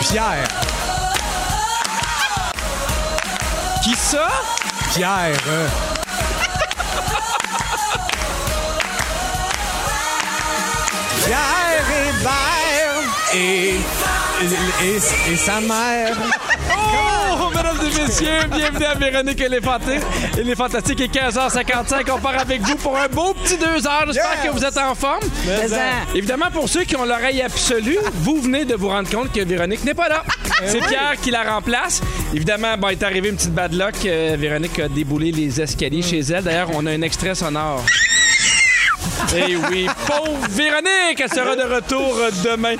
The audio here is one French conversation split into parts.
Pierre. Qui ça? Pierre. euh. Pierre Hébert et, et, et sa mère. Oh, mesdames et messieurs, bienvenue à Véronique et les Fantastiques. Et les Fantastiques, il est 15h55. On part avec vous pour un beau petit deux heures. J'espère Yes! que vous êtes en forme. hein, Évidemment, pour ceux qui ont l'oreille absolue, vous venez de vous rendre compte que Véronique n'est pas là. C'est Pierre qui la remplace. Évidemment, bon, il est arrivé une petite bad luck. Euh, Véronique a déboulé les escaliers chez elle. D'ailleurs, on a un extrait sonore. Eh oui, pauvre Véronique, elle sera de retour euh, demain.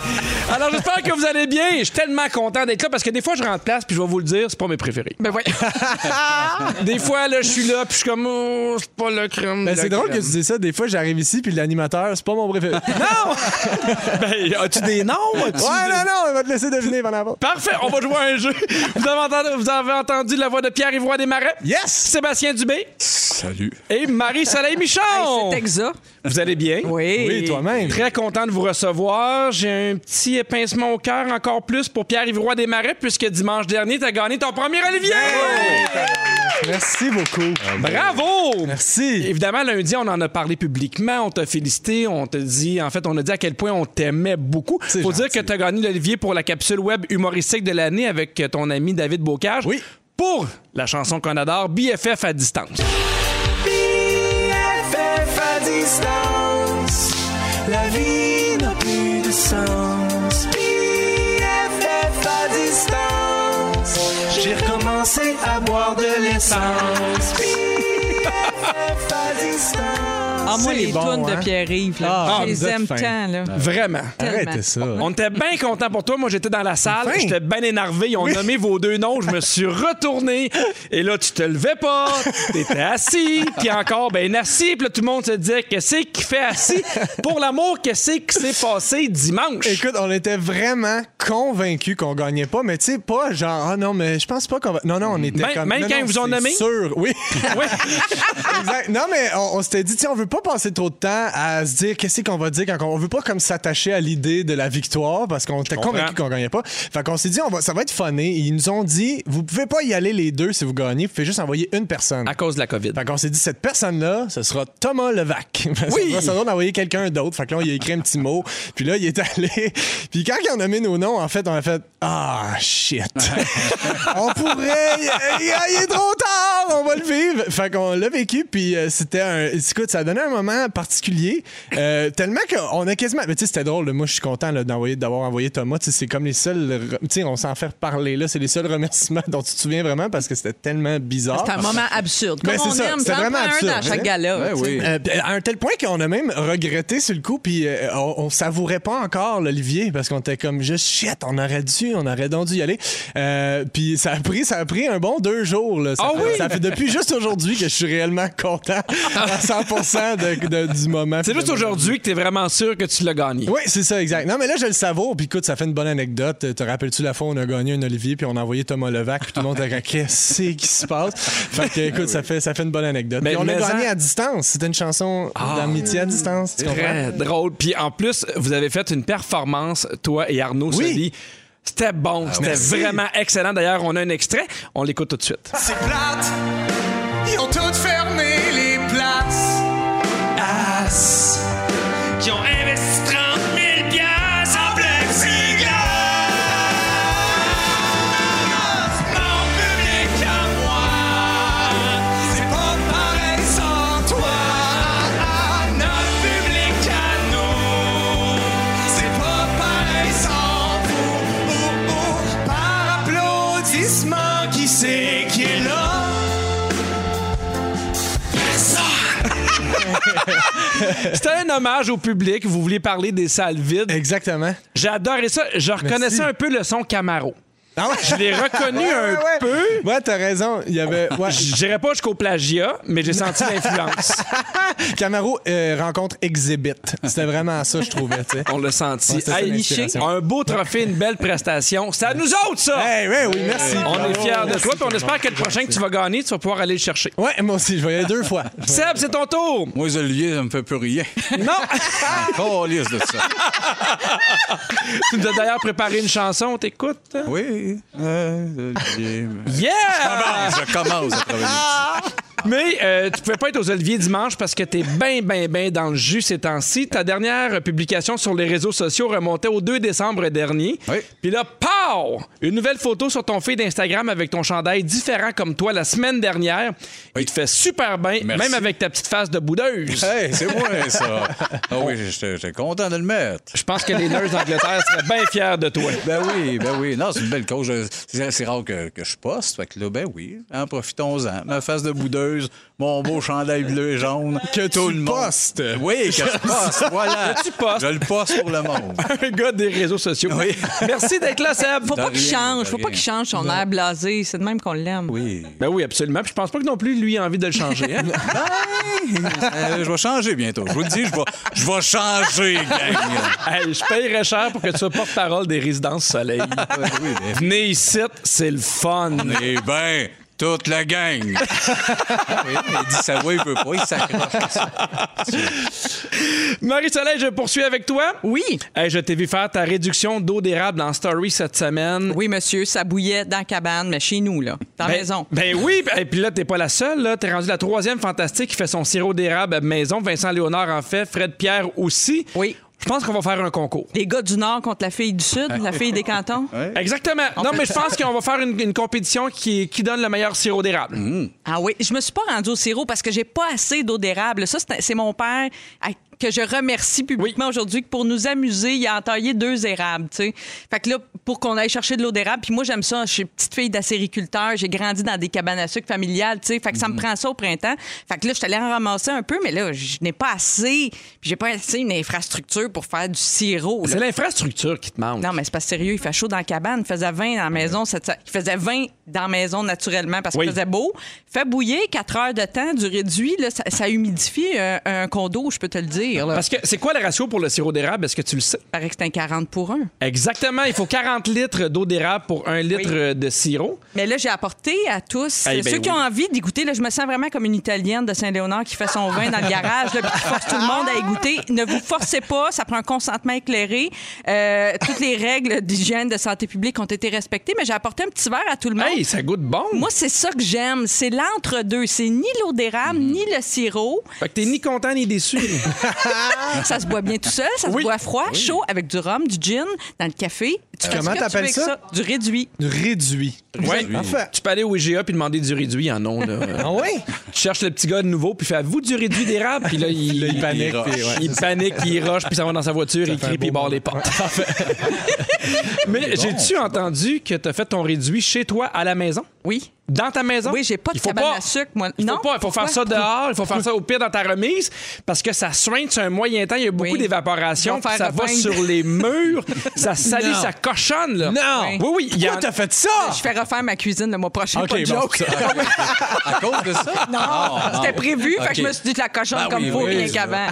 Alors, j'espère que vous allez bien. Je suis tellement content d'être là parce que des fois, je rentre place, puis je vais vous le dire, c'est pas mes préférés. Ben oui. Des fois, là, je suis là, puis je suis comme, oh, c'est pas le crème. Ben, de la c'est drôle que crème. tu dis ça. Des fois, j'arrive ici, puis l'animateur, c'est pas mon préféré. Ben, as-tu des noms? As-tu ouais, des- non, non, on va te laisser deviner pendant Parfait, on va jouer à un jeu. Vous avez entendu, vous avez entendu la voix de Pierre-Yvroy Desmarais, Yes! Sébastien Dubé Salut. et Marie-Soleil Michon. C'est Exa. vous allez bien? Oui. Oui, toi-même. Très content de vous recevoir. J'ai un petit pincement au cœur encore plus pour Pierre-Yvroy Desmarais puisque dimanche dernier, tu as gagné ton premier Olivier. Merci beaucoup. Bravo! Ah, ben. Merci. Évidemment, lundi, on en a parlé publiquement, on t'a félicité, on t'a dit, en fait, on a dit à quel point on t'aimait beaucoup. Faut C'est dire que gentil. tu as gagné l'Olivier pour la capsule web humoristique de l'année avec ton ami David Bocage. Oui. Pour la chanson qu'on adore, BFF à distance. BFF à distance, la vie n'a plus de sens. BFF à distance, j'ai recommencé à boire de l'essence. BFF à distance. Ah, moi, C'est les bon, tunes hein? de Pierre-Yves, là. Ah, je les vous êtes aime fin. tant, là. Vraiment. Tellement. Arrêtez ça. On était bien content pour toi. Moi, j'étais dans la salle. Enfin. J'étais bien énervé. Ils ont nommé vos deux noms. Je me suis retourné. Et là, tu te levais pas. T'étais assis. Puis encore, ben assis. Puis là, tout le monde se disait, qu'est-ce qui fait assis? Pour l'amour, qu'est-ce qui s'est passé dimanche? Écoute, on était vraiment convaincus qu'on gagnait pas, mais tu sais, pas genre, ah non, mais je pense pas qu'on va. Non, non, on était Même- comme. Ben, même non, quand non, ils vous ont c'est nommé? sûr, oui. Ouais. Exact. Non, mais on, on s'était dit, tiens, on veut pas passer trop de temps à se dire qu'est-ce qu'on va dire quand on, on veut pas comme s'attacher à l'idée de la victoire parce qu'on était comprends. convaincus qu'on gagnait pas. Fait qu'on s'est dit, on va, ça va être funny. Ils nous ont dit, vous pouvez pas y aller les deux si vous gagnez, vous pouvez juste envoyer une personne. À cause de la COVID. Fait qu'on s'est dit, cette personne-là, ce sera Thomas Levac. Oui! Ça va d'envoyer quelqu'un d'autre. Fait que là, on lui a écrit un petit mot. Puis là, il est allé. Puis quand il a nommé nos noms, en fait, on a fait Ah, shit. on pourrait. Il, il est trop tard. On va le vivre. Fait qu'on l'a vécu. Puis euh, c'était un. Écoute, ça a donné un moment particulier. euh, tellement qu'on a quasiment. Mais tu sais, c'était drôle. là. Moi, je suis content là, d'envoyer- d'avoir envoyé Thomas. Tu sais, c'est comme les seuls. re- Tu sais, on s'en fait parler. là. C'est les seuls remerciements dont tu te souviens vraiment parce que c'était tellement bizarre. C'est un moment absurde. Comme Ben, Ah, c'est on ça, aime, c'était t'en vraiment prends absurde, un dans hein? chaque gala. Ben tu sais. oui. Euh, puis à un tel point qu'on a même regretté sur le coup, puis euh, on, on savourait pas encore l'Olivier parce qu'on était comme juste shit, on aurait dû, on aurait donc dû y aller. Euh, puis ça a pris, ça a pris un bon deux jours. Là. Ça, Ah fait, oui? ça fait depuis juste aujourd'hui que je suis réellement content à 100% de- de- du moment. C'est juste aujourd'hui que t'es vraiment sûr que tu l'as gagné. Oui, c'est ça, exact. Non, mais là, je le savoure. Puis écoute, ça fait une bonne anecdote. Te rappelles-tu la fois où on a gagné un Olivier, puis on a envoyé Thomas Levac, puis tout le monde était comme, qu'est-ce qui se passe? Fait que, écoute, ça, fait, ça fait une bonne anecdote. Mais- Puis on mais a gagné en- Ah, à distance. C'était une chanson d'amitié à distance. Tu comprends? Très drôle. Puis en plus, vous avez fait une performance, toi et Arnaud Oui. Ah Soli. C'était bon, c'était vraiment excellent. D'ailleurs, on a un extrait, on l'écoute tout de suite. C'est plate, ils ont toutes fermé les places. As, qui ont investi 30 000 piastres en plexiglas. Mon public à moi, c'est pas pareil sans toi. Notre public à nous, c'est pas pareil sans vous. Oh, oh, Par applaudissement, qui c'est qui est là? Personne! C'était un hommage au public. Vous vouliez parler des salles vides. Exactement. J'ai adoré ça. Je reconnaissais un peu le son Camaro. Ah ouais? Je l'ai reconnu Ouais, un ouais, ouais. peu. Ouais, t'as raison. Il y avait. Ouais. Je dirais pas jusqu'au plagiat, mais j'ai senti l'influence. Camaro euh, rencontre Exhibit. C'était vraiment ça, je trouvais, tu sais. On l'a senti. Ouais, c'est ça, Hey, l'inspiration. un beau trophée, une belle prestation. C'est à nous autres, ça! Hey, Eh, ouais, oui, merci. on est fiers de Merci. toi, puis on espère que le prochain que tu vas gagner, tu vas pouvoir aller le chercher. Ouais, moi aussi, je vais y aller deux fois. Seb, c'est ton tour! Moi, les oliviers, ça me fait plus rien. Non! Calisse de ça. tu nous as d'ailleurs préparé une chanson, on t'écoute. Oui. euh, oliviers, mais- Yeah! Je commence à travailler. Mais euh, tu pouvais pas être aux Oliviers dimanche parce que t'es bien, bien, bien dans le jus ces temps-ci. Ta dernière publication sur les réseaux sociaux remontait au 2 décembre dernier. Oui. Puis là, pow! Une nouvelle photo sur ton feed Instagram avec ton chandail différent comme toi la semaine dernière. Il te fait super bien, Merci. même avec ta petite face de boudeuse. Hey, c'est moi, ça. Ah oui, j'étais j'étais content de le mettre. Je pense que les nurses d'Angleterre seraient bien fiers de toi. Ben oui, ben oui. Non, c'est une belle cause. Je- C'est c'est rare que, que je poste. Fait que là, ben oui, en profitons-en. Ma face de boudeuse, mon beau chandail bleu et jaune. Que tout tu le monde. postes. Oui, que je poste, voilà. tu postes. Je le poste pour le monde. Un gars des réseaux sociaux. Oui. Merci d'être là, Seb. Faut De pas qu'il rien, change, de faut pas rien. qu'il change son air blasé, c'est de même qu'on l'aime. Oui. Ben oui, absolument. Puis je pense pas que non plus lui a envie de le changer. hein. Euh, je vais changer bientôt. Je vous le dis, je vais, je vais changer, gang. Hey, je payerais cher pour que tu sois porte-parole des résidences soleil. Ouais, oui, ben, Venez ici, c'est le fun. eh ben, toute la gang. Ah oui, mais il dit ça, oui, il peut pas, il s'accroche. Marie-Soleil, je poursuis avec toi. Oui. Hey, je t'ai vu faire ta réduction d'eau d'érable en story cette semaine. Oui, monsieur, ça bouillait dans la cabane, mais chez nous, là. T'as Ben- raison. Ben oui, ben- et puis là, t'es pas la seule. Là. T'es rendu la troisième fantastique qui fait son sirop d'érable à maison. Vincent Léonard en fait, Fred Pierre aussi. Oui. Je pense qu'on va faire un concours. Les gars du Nord contre la fille du Sud, Ben, la fille des cantons. Exactement. Non, mais je pense qu'on va faire une, une compétition qui, qui donne le meilleur sirop d'érable. Mm, Ah oui, je me suis pas rendue au sirop parce que j'ai pas assez d'eau d'érable. Ça, c'est c'est mon père à- que je remercie publiquement aujourd'hui que pour nous amuser, il a entaillé deux érables, tu sais. Fait que là, pour qu'on aille chercher de l'eau d'érable, puis moi, j'aime ça. Je suis petite fille d'acériculteur. J'ai grandi dans des cabanes à sucre familiales, tu sais. Fait que ça me prend ça au printemps. Fait que là, je suis allée en ramasser un peu, mais là, je n'ai pas assez. Puis j'ai pas assez une infrastructure pour faire du sirop. là. C'est l'infrastructure qui te manque. Non, mais c'est pas sérieux. Il fait chaud dans la cabane. Il faisait 20 dans la maison. cette- Il faisait 20 dans la maison naturellement parce qu'il Oui. faisait beau. Fait bouillir 4 heures de temps, du réduit. Là, ça, ça humidifie un, un condo, je peux te le dire. là. Parce que c'est quoi le ratio pour le sirop d'érable? Est-ce que tu le sais? Il paraît que c'est un 40 pour 1. Exactement. Il faut 40 litres d'eau d'érable pour 1 litre euh, de sirop. Mais là, j'ai apporté à tous. Eh euh, ben ceux qui ont oui. envie d'y goûter, là, je me sens vraiment comme une Italienne de Saint-Léonard qui fait son vin dans le garage, là, puis qui force tout le monde à y goûter. Ne vous forcez pas, ça prend un consentement éclairé. Euh, toutes les règles d'hygiène de santé publique ont été respectées, mais j'ai apporté un petit verre à tout le monde. Hey, ça goûte bon. Moi, c'est ça que j'aime. C'est l'entre-deux. C'est ni l'eau d'érable, Mhm. ni le sirop. fait que t'es ni content ni déçu. Ça se boit bien tout seul. Ça Ah. Oui. Euh, se boit froid, chaud, avec du rhum, du gin, dans le café. Tu fais Comment ce que tu veux t'appelles avec ça? Du réduit. Réduit. ouais. Parfait. Tu peux aller au IGA puis demander du réduit en nom. Là. Ah oui? tu cherches le petit gars de nouveau puis fais vous du réduit d'érable puis là il, Là, il panique. roche. puis ouais. Il panique, il roche, puis ça va dans sa voiture, il fait un crie, puis il beau barre les portes. Mais j'ai-tu entendu que t'as fait ton réduit chez toi, à la maison? Oui. Dans ta maison? Oui, j'ai pas de Il faut cabane pas- à sucre, moi. Il Non? faut pas. Il faut Pourquoi? faire ça dehors. Il faut faire ça au pire dans ta remise parce que ça soigne sur un moyen temps. Il y a beaucoup Oui. d'évaporation. Ils vont puis Ça faire va repeindre. sur les murs. ça salit, ça cochonne. Là. Non. Oui, oui. il y en- Pourquoi t'as fait ça? Je fais refaire ma cuisine le mois prochain. Ah, Ok, pas de bon, joke. c'est ça. À cause de ça? Non. ah, C'était prévu, fait que je me suis dit de la cochonne Ah Ben comme oui, faut, oui, rien ça. qu'avant.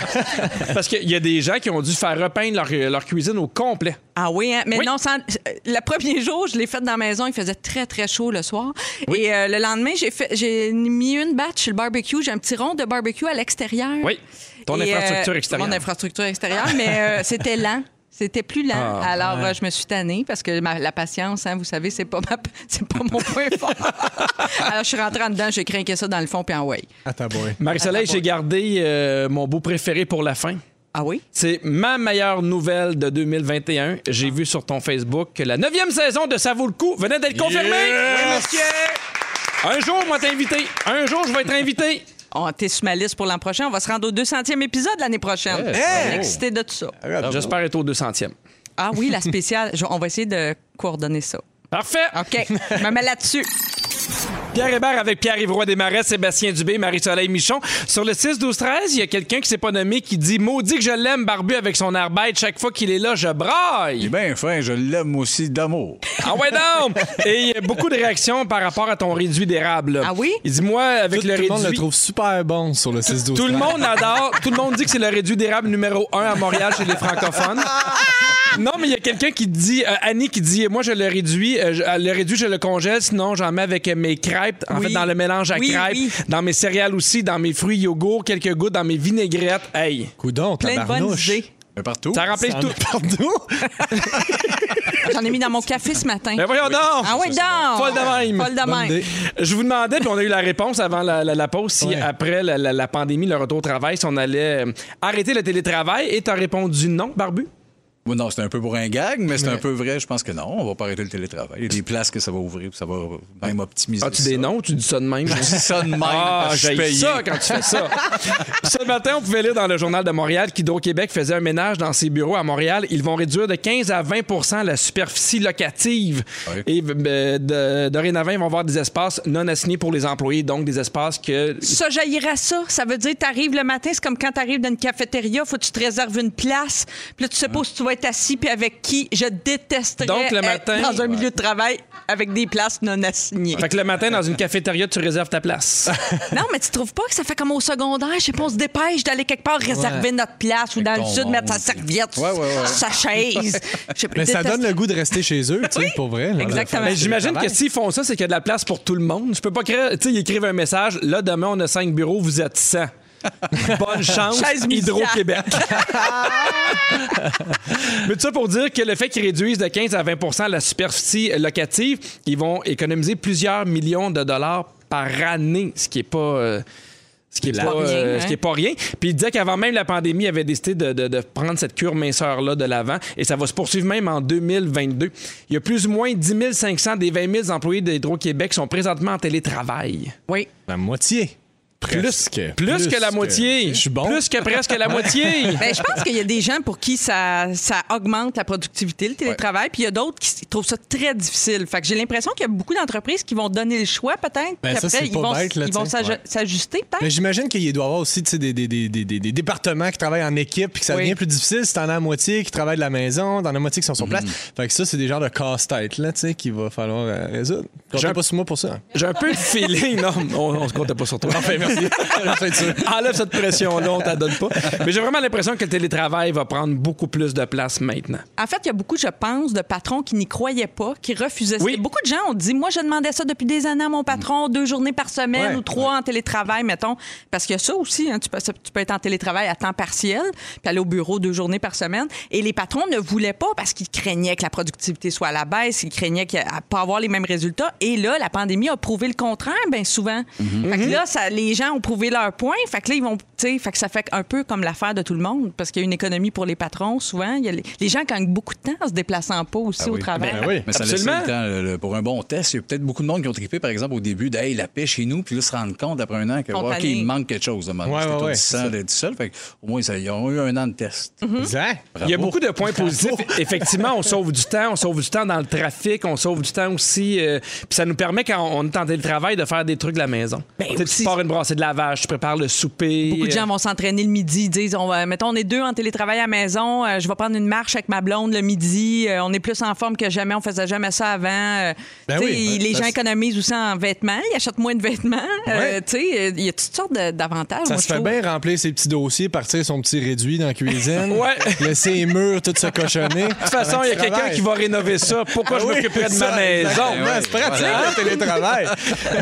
Parce qu'il y a des gens qui ont dû faire repeindre leur, euh, leur cuisine au complet. Ah oui, hein? mais Oui. non, sans- euh, le premier jour, je l'ai faite dans la maison, il faisait très, très chaud le soir. Et euh, le lendemain, j'ai fait... j'ai mis une batch sur le barbecue, j'ai un petit rond de barbecue à l'extérieur. Oui. Ton Et, euh, infrastructure extérieure. Mon infrastructure extérieure, mais euh, c'était lent. C'était plus lent. Ah, Alors, euh, je me suis tannée parce que ma- la patience, hein, vous savez, c'est pas, ma- c'est pas mon point fort. Alors, je suis rentrée en dedans, j'ai craqué ça dans le fond puis en way. Ah, t'as boy. Marie-Soleil, j'ai gardé euh, mon beau préféré pour la fin. Ah oui? C'est ma meilleure nouvelle de 2021. J'ai vu sur ton Facebook que la neuvième saison de Ça vaut le coup venait d'être confirmée. Oui, monsieur. Un jour, moi, t'es invité. Un jour, je vais être invité. On t'es sur ma liste pour l'an prochain. On va se rendre au 200e épisode l'année prochaine. Eh, On est bravo. excité de tout ça. Ah, J'espère être au 200e. Ah oui, la spéciale. Je- on va essayer de coordonner ça. Parfait. OK. Je me mets là-dessus. Pierre Hébert avec Pierre Ivroy Desmarais, Sébastien Dubé, Marie-Soleil Michon. Sur le 6-12-13, il y a quelqu'un qui s'est pas nommé qui dit Maudit que je l'aime, barbu avec son arbête. Chaque fois qu'il est là, je Il est braille. bien fin, je l'aime aussi d'amour. Ah ouais, donc! Et il y a beaucoup de réactions par rapport à ton réduit d'érable. là. Ah oui? Il dit Moi, avec Tout, le tout le monde le réduit. trouve super bon sur le 6-12. Tout le monde adore. Tout le monde dit que c'est le réduit d'érable numéro un à Montréal chez les francophones. Non, mais il y a quelqu'un qui dit, euh, Annie qui dit, moi je le réduis, euh, je- euh, le réduit, je le congèle, sinon j'en mets avec euh, mes crêpes, en Oui. fait dans le mélange à Oui, crêpes, oui. dans mes céréales aussi, dans mes fruits, yogourt, quelques gouttes, dans mes vinaigrettes. Hey, Coudon, Plein de bonnes tabarnouche. idées. Mais partout. ça remplit Ça en tout. est Partout. J'en ai mis dans mon café ce matin. Mais Ben, voyons donc! Ah ouais, donc! Folle de même. Folle de Bonne même. idée. Je vous demandais, puis on a eu la réponse avant la, la- la pause, si Ouais. après la, la- la pandémie, le retour au travail, si on allait euh, arrêter le télétravail, et t'as répondu non, Barbu? Bon, non, c'était un peu pour un gag, mais c'est un peu vrai. Je pense que non, on va pas arrêter le télétravail. Il y a des places que ça va ouvrir, puis ça va même optimiser. Ah, tu ça. des noms, tu dis ça de même. Je dis ça de même. Ah, parce que je suis j'ai payé. ça quand tu fais ça. Ce matin, on pouvait lire dans le journal de Montréal qu'Hydro-Québec faisait un ménage dans ses bureaux à Montréal. Ils vont réduire de 15 à 20 la superficie locative. Ouais. Et euh, de- dorénavant, ils vont avoir des espaces non assignés pour les employés, donc des espaces que... Ça jaillira ça. Ça veut dire, t'arrives le matin, c'est comme quand t'arrives dans une cafétéria, faut que tu te réserves une place. Puis là, tu sais pas si tu vas être assis, puis avec qui. Je détesterais Donc, le être matin- dans un milieu de travail avec des places non assignées. Fait que le matin, dans une cafétéria, tu réserves ta place. Non, mais tu trouves pas que ça fait comme au secondaire, je sais pas, on se dépêche d'aller quelque part réserver notre place ou dans Avec le ton sud mettre sa monde. serviette, Ouais, ouais, ouais. sa chaise. Je sais pas, Mais ça déteste- donne le goût hein. de rester chez eux, tu sais, pour vrai. là. Exactement. Mais j'imagine que s'ils font ça, c'est qu'il y a de la place pour tout le monde. Je peux pas créer. Tu sais, ils écrivent un message. Là, demain, on a cinq bureaux, vous êtes 100. Bonne chance, Chaise musicale. Hydro-Québec. Mais tout ça pour dire que le fait qu'ils réduisent de 15 à 20 la superficie locative, ils vont économiser plusieurs millions de dollars par année, ce qui est pas. euh, ce qui est, pas, rien, euh, hein. ce qui est pas rien. Puis il disait qu'avant même la pandémie, il avait décidé de, de- de prendre cette cure minceur-là de l'avant. Et ça va se poursuivre même en 2022. Il y a plus ou moins 10 500 des 20 000 employés d'Hydro-Québec qui sont présentement en télétravail. Oui. La moitié. Plus, Presque. plus que la moitié. Je suis bon. Plus que presque la moitié. Ben, je pense qu'il y a des gens pour qui ça, ça augmente la productivité, le télétravail, puis il y a d'autres qui s- trouvent ça très difficile. Fait que j'ai l'impression qu'il y a beaucoup d'entreprises qui vont donner le choix, peut-être. Ben, puis ça, après, c'est ils pas vont, bête, là, ils vont tu sais. s'aj- Ouais. s'ajuster, Mais peut-être. j'imagine qu'il doit y avoir aussi tu sais, des, des, des, des, des- des départements qui travaillent en équipe puis que ça Oui. devient plus difficile si t'en as à moitié qui travaillent de la maison, t'en as à moitié qui sont Mm. sur place. Fait que ça, c'est des genres de casse-tête là, tu sais, qu'il va falloir euh, résoudre. J'ai- Comptez pas sur moi pour ça. J'ai un peu le feeling. Non, on, on se comptait pas sur toi. Enfin, merci. Je vais être sûr. Enlève cette pression-là, on t'en donne pas. Mais j'ai vraiment l'impression que le télétravail va prendre beaucoup plus de place maintenant. En fait, il y a beaucoup, je pense, de patrons qui n'y croyaient pas, qui refusaient ça. Oui. Beaucoup de gens ont dit Moi, je demandais ça depuis des années à mon patron, deux journées par semaine Mm. Ouais, ou trois en télétravail, mettons. Parce que ça aussi, hein, tu, peux, ça- tu peux être en télétravail à temps partiel, puis aller au bureau deux journées par semaine. Et les patrons ne voulaient pas parce qu'ils craignaient que la productivité soit à la baisse, ils craignaient qu'il y a- à pas avoir les mêmes résultats. Et là, la pandémie a prouvé le contraire, bien souvent. Mm-hmm. Fait que là, ça- les gens ont prouvé leur point. Fait que là, ils vont, tu sais, fait que ça fait un peu comme l'affaire de tout le monde, parce qu'il y a une économie pour les patrons, souvent. Il y a les, les gens gagnent beaucoup de temps en se déplaçant pas aussi Ah au oui. travail. Ben oui. Mais ça laissait Absolument. le temps le- le- pour un bon test. Il y a peut-être beaucoup de monde qui ont trippé, par exemple, au début, de Hey, la paix chez nous, puis là, se rendre compte après un an que, Spontané. OK, il me manque quelque chose. Ouais, ouais, C'était ouais, c'est ça. d'être seul. Fait que, au moins, ça, ils ont eu un an de test. Exact. Il y a Bravo. beaucoup de points positifs. Effectivement, on sauve du temps. On sauve du temps dans le trafic. On sauve du temps aussi. euh, Puis ça nous permet, quand on est en télétravail, de faire des trucs de la maison. Tu sais, tu Ben aussi- pars une brassée de lavage, tu prépares le souper. Beaucoup euh, de gens vont s'entraîner le midi, ils disent on va, mettons on est deux en télétravail à la maison, euh, je vais prendre une marche avec ma blonde le midi, euh, on est plus en forme que jamais, on faisait jamais ça avant. euh, Ben tu sais, oui, ben, les ça, gens c'est- économisent aussi en vêtements, ils achètent moins de vêtements, euh, Ouais. tu sais, euh, il y a toutes sortes de- d'avantages. Ça moi, se je fait trouve. bien remplir ses petits dossiers, partir son petit réduit dans la cuisine, Ouais. laisser les murs tout se cochonner. De toute Ah, façon, il y a quelqu'un qui va rénover ça. Pourquoi je m'occuperais de ma maison? Ben C'est pratique le télétravail.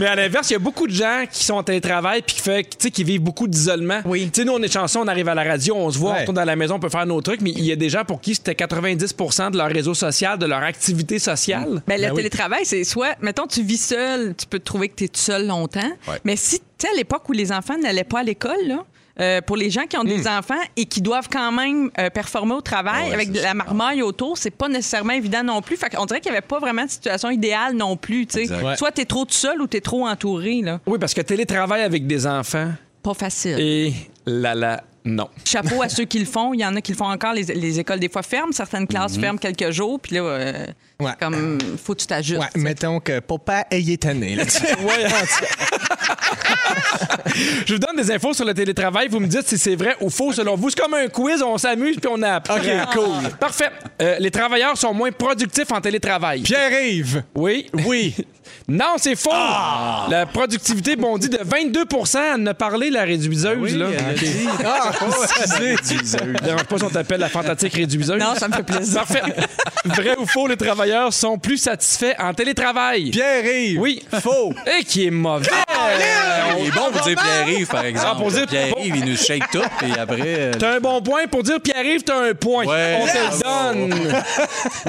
Mais à l'inverse, il y a beaucoup de gens qui sont en télétravail puis qui, fait, tu sais, qui vivent beaucoup d'isolement. Oui. Tu sais, nous, on est chanceux, on arrive à la radio, on se voit, on Ouais. retourne à la maison, on peut faire nos trucs, mais il y a des gens pour qui c'était 90 de leur réseau social, de leur activité sociale. Ben, le Ben oui. télétravail, c'est soit, mettons, tu vis seul, tu peux te trouver que tu es tout seul longtemps. Ouais. Mais si, tu sais, à l'époque où les enfants n'allaient pas à l'école, là, euh, pour les gens qui ont des enfants et qui doivent quand même euh, performer au travail Hmm. Ah ouais, avec c'est de la sûr. marmaille autour, c'est pas nécessairement évident non plus. Fait on dirait qu'il n'y avait pas vraiment de situation idéale non plus. tu sais. Exact. Ouais. Soit tu es trop tout seul ou tu es trop entouré. Là. Oui, parce que télétravail avec des enfants Pas facile. et là là. Non. Chapeau à ceux qui le font. Il y en a qui le font encore. Les, les écoles, des fois, ferment. Certaines classes Mhm. ferment quelques jours. Puis là, euh, Ouais. comme, faut que tu t'ajustes. Ouais, mettons que papa ayez tanné. là, tu sais. Je vous donne des infos sur le télétravail. Vous me dites si c'est vrai ou faux selon vous. C'est comme un quiz, on s'amuse puis on apprend. OK, cool. Parfait. Euh, les travailleurs sont moins productifs en télétravail. Pierre-Yves. Oui. Oui. Non, c'est faux. La productivité bondit de 22 à ne parler la réduiseuse. là. Ah, Dérange pas si on t'appelle la fantastique réduiseuse. Non, ça me fait plaisir. Parfait. Vrai ou faux, les travailleurs sont plus satisfaits en télétravail. Pierre-Yves. Oui. Faux. Et qui est mauvais. Il est bon pour dire Pierre-Yves, par exemple. pour dire- Ah, Pierre-Yves, il nous shake tout, puis après... euh, T'as un bon point pour dire Pierre-Yves, t'as un point. Ouais. On Yes. te le donne.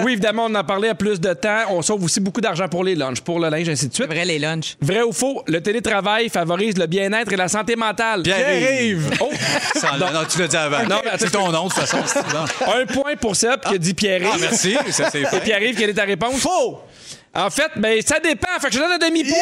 oui, évidemment, on en parlait à plus de temps. On sauve aussi beaucoup d'argent pour les lunchs, pour le linge, ainsi de C'est suite. vrai, les lunchs. Vrai ou faux, le télétravail favorise le bien-être et la santé mentale. Pierre-Yves. Oh! sans- Non. Non, tu l'as dit avant. Non, mais attends. c'est ton nom, de toute façon. c'est- non. Oh! Un point pour Seb qui a dit Ah, Pierre-Yves. merci, ça c'est Et fait. Pierre-Yves, quelle est ta réponse? Faux. En fait, ben, ça dépend. Fait que je donne un demi-point.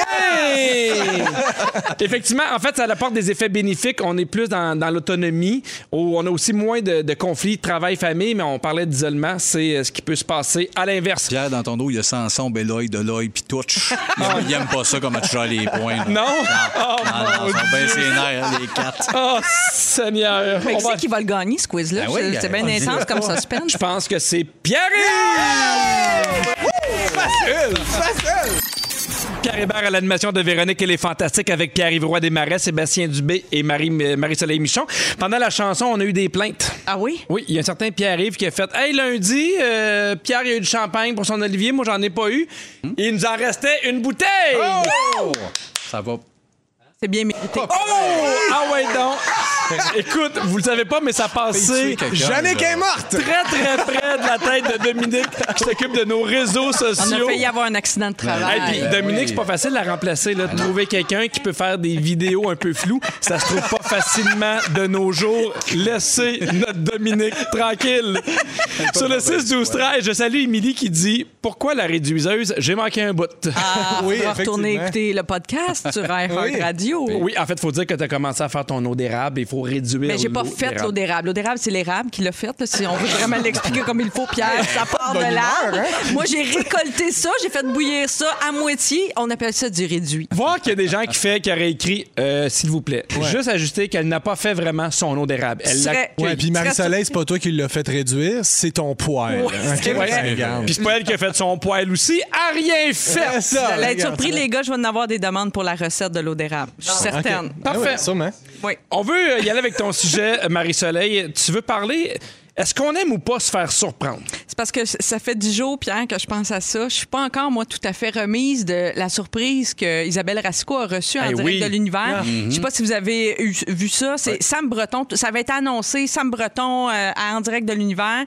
Effectivement, en fait, ça apporte des effets bénéfiques. On est plus dans, dans l'autonomie. Au- On a aussi moins de, de conflits travail-famille, mais on parlait d'isolement. C'est euh, ce qui peut se passer à l'inverse. Pierre, dans ton dos, il y a Samson, Belloy, Deloy, puis Touch. Il aime- Il aime pas ça comment tu gères les points. là. Non? Oh, Non, Ah, non, ils sont bien sénères, les quatre. oh, Seigneur! Fait On que va- c'est qui va le gagner, ce quiz-là? Ben oui, C'est- gars. c'est bien Vas-y. intense comme suspense. Je pense que c'est Pierre-Yves! Pierre Hébert à l'animation de Véronique et les Fantastiques avec Pierre-Yves Roy Desmarais, Sébastien Dubé et Marie- euh, Marie-Soleil Michon. Pendant la chanson, on a eu des plaintes. Ah oui? Oui, il y a un certain Pierre-Yves qui a fait Hey, lundi, euh, Pierre, il a eu du champagne pour son Olivier. Moi, j'en ai pas eu. Il nous en restait une bouteille. Oh! Ça va. C'est bien mérité. Ah ouais, donc. Écoute, vous le savez pas, mais ça tuer passait. quelqu'un. Jannick est morte. Très, très près de la tête de Dominique qui s'occupe de nos réseaux On sociaux. a failli avoir un accident de Hey, travail. puis Ben Dominique, oui. c'est pas facile de la remplacer. Là, de trouver quelqu'un qui peut faire des vidéos un peu floues, ça se trouve pas facilement de nos jours. Laissez notre Dominique tranquille. Sur le 6-12-13, je salue Émilie qui dit « Pourquoi la réduiseuse? J'ai manqué un bout. Ah, Oui, on va retourner effectivement. écouter le podcast sur iHeartRadio. Radio. Oui, en fait, faut dire que t'as commencé à faire ton eau d'érable. Il faut réduire Mais j'ai pas fait l'eau d'érable. L'eau d'érable, c'est l'érable qui l'a faite. là, Si on veut vraiment l'expliquer comme il faut, Pierre, ça part de bonne l'arbre. humeur, Moi, j'ai récolté ça, j'ai fait bouillir ça à moitié. On appelle ça du réduit. Voir qu'il y a des gens qui fait qui auraient écrit euh, S'il vous plaît Juste ajuster qu'elle n'a pas fait vraiment son eau d'érable. Elle l'a- Serait- Ouais, puis serait- Marie-Soleil, c'est pas toi qui l'as fait réduire, c'est ton poil. Ouais, Ok, c'est vrai. ouais, regarde. Puis c'est pas elle qui a fait son poil aussi. A rien fait! C'est ça, Vous allez être regarde, surpris, ça. les gars, je vais en avoir des demandes pour la recette de l'eau d'érable. Je suis Ok. certaine. Ah ouais, Parfait. sûrement. Oui. On veut euh, y aller avec ton sujet, euh, Marie-Soleil. Tu veux parler. Est-ce qu'on aime ou pas se faire surprendre? C'est parce que ça fait dix jours, Pierre, que je pense à ça. Je suis pas encore, moi, tout à fait remise de la surprise que Isabelle Racicot a reçue en Eh direct oui. de l'univers. Je sais pas si vous avez eu- vu ça. C'est Sam Breton. Ça avait été annoncé, Sam Breton euh, à en direct de l'univers.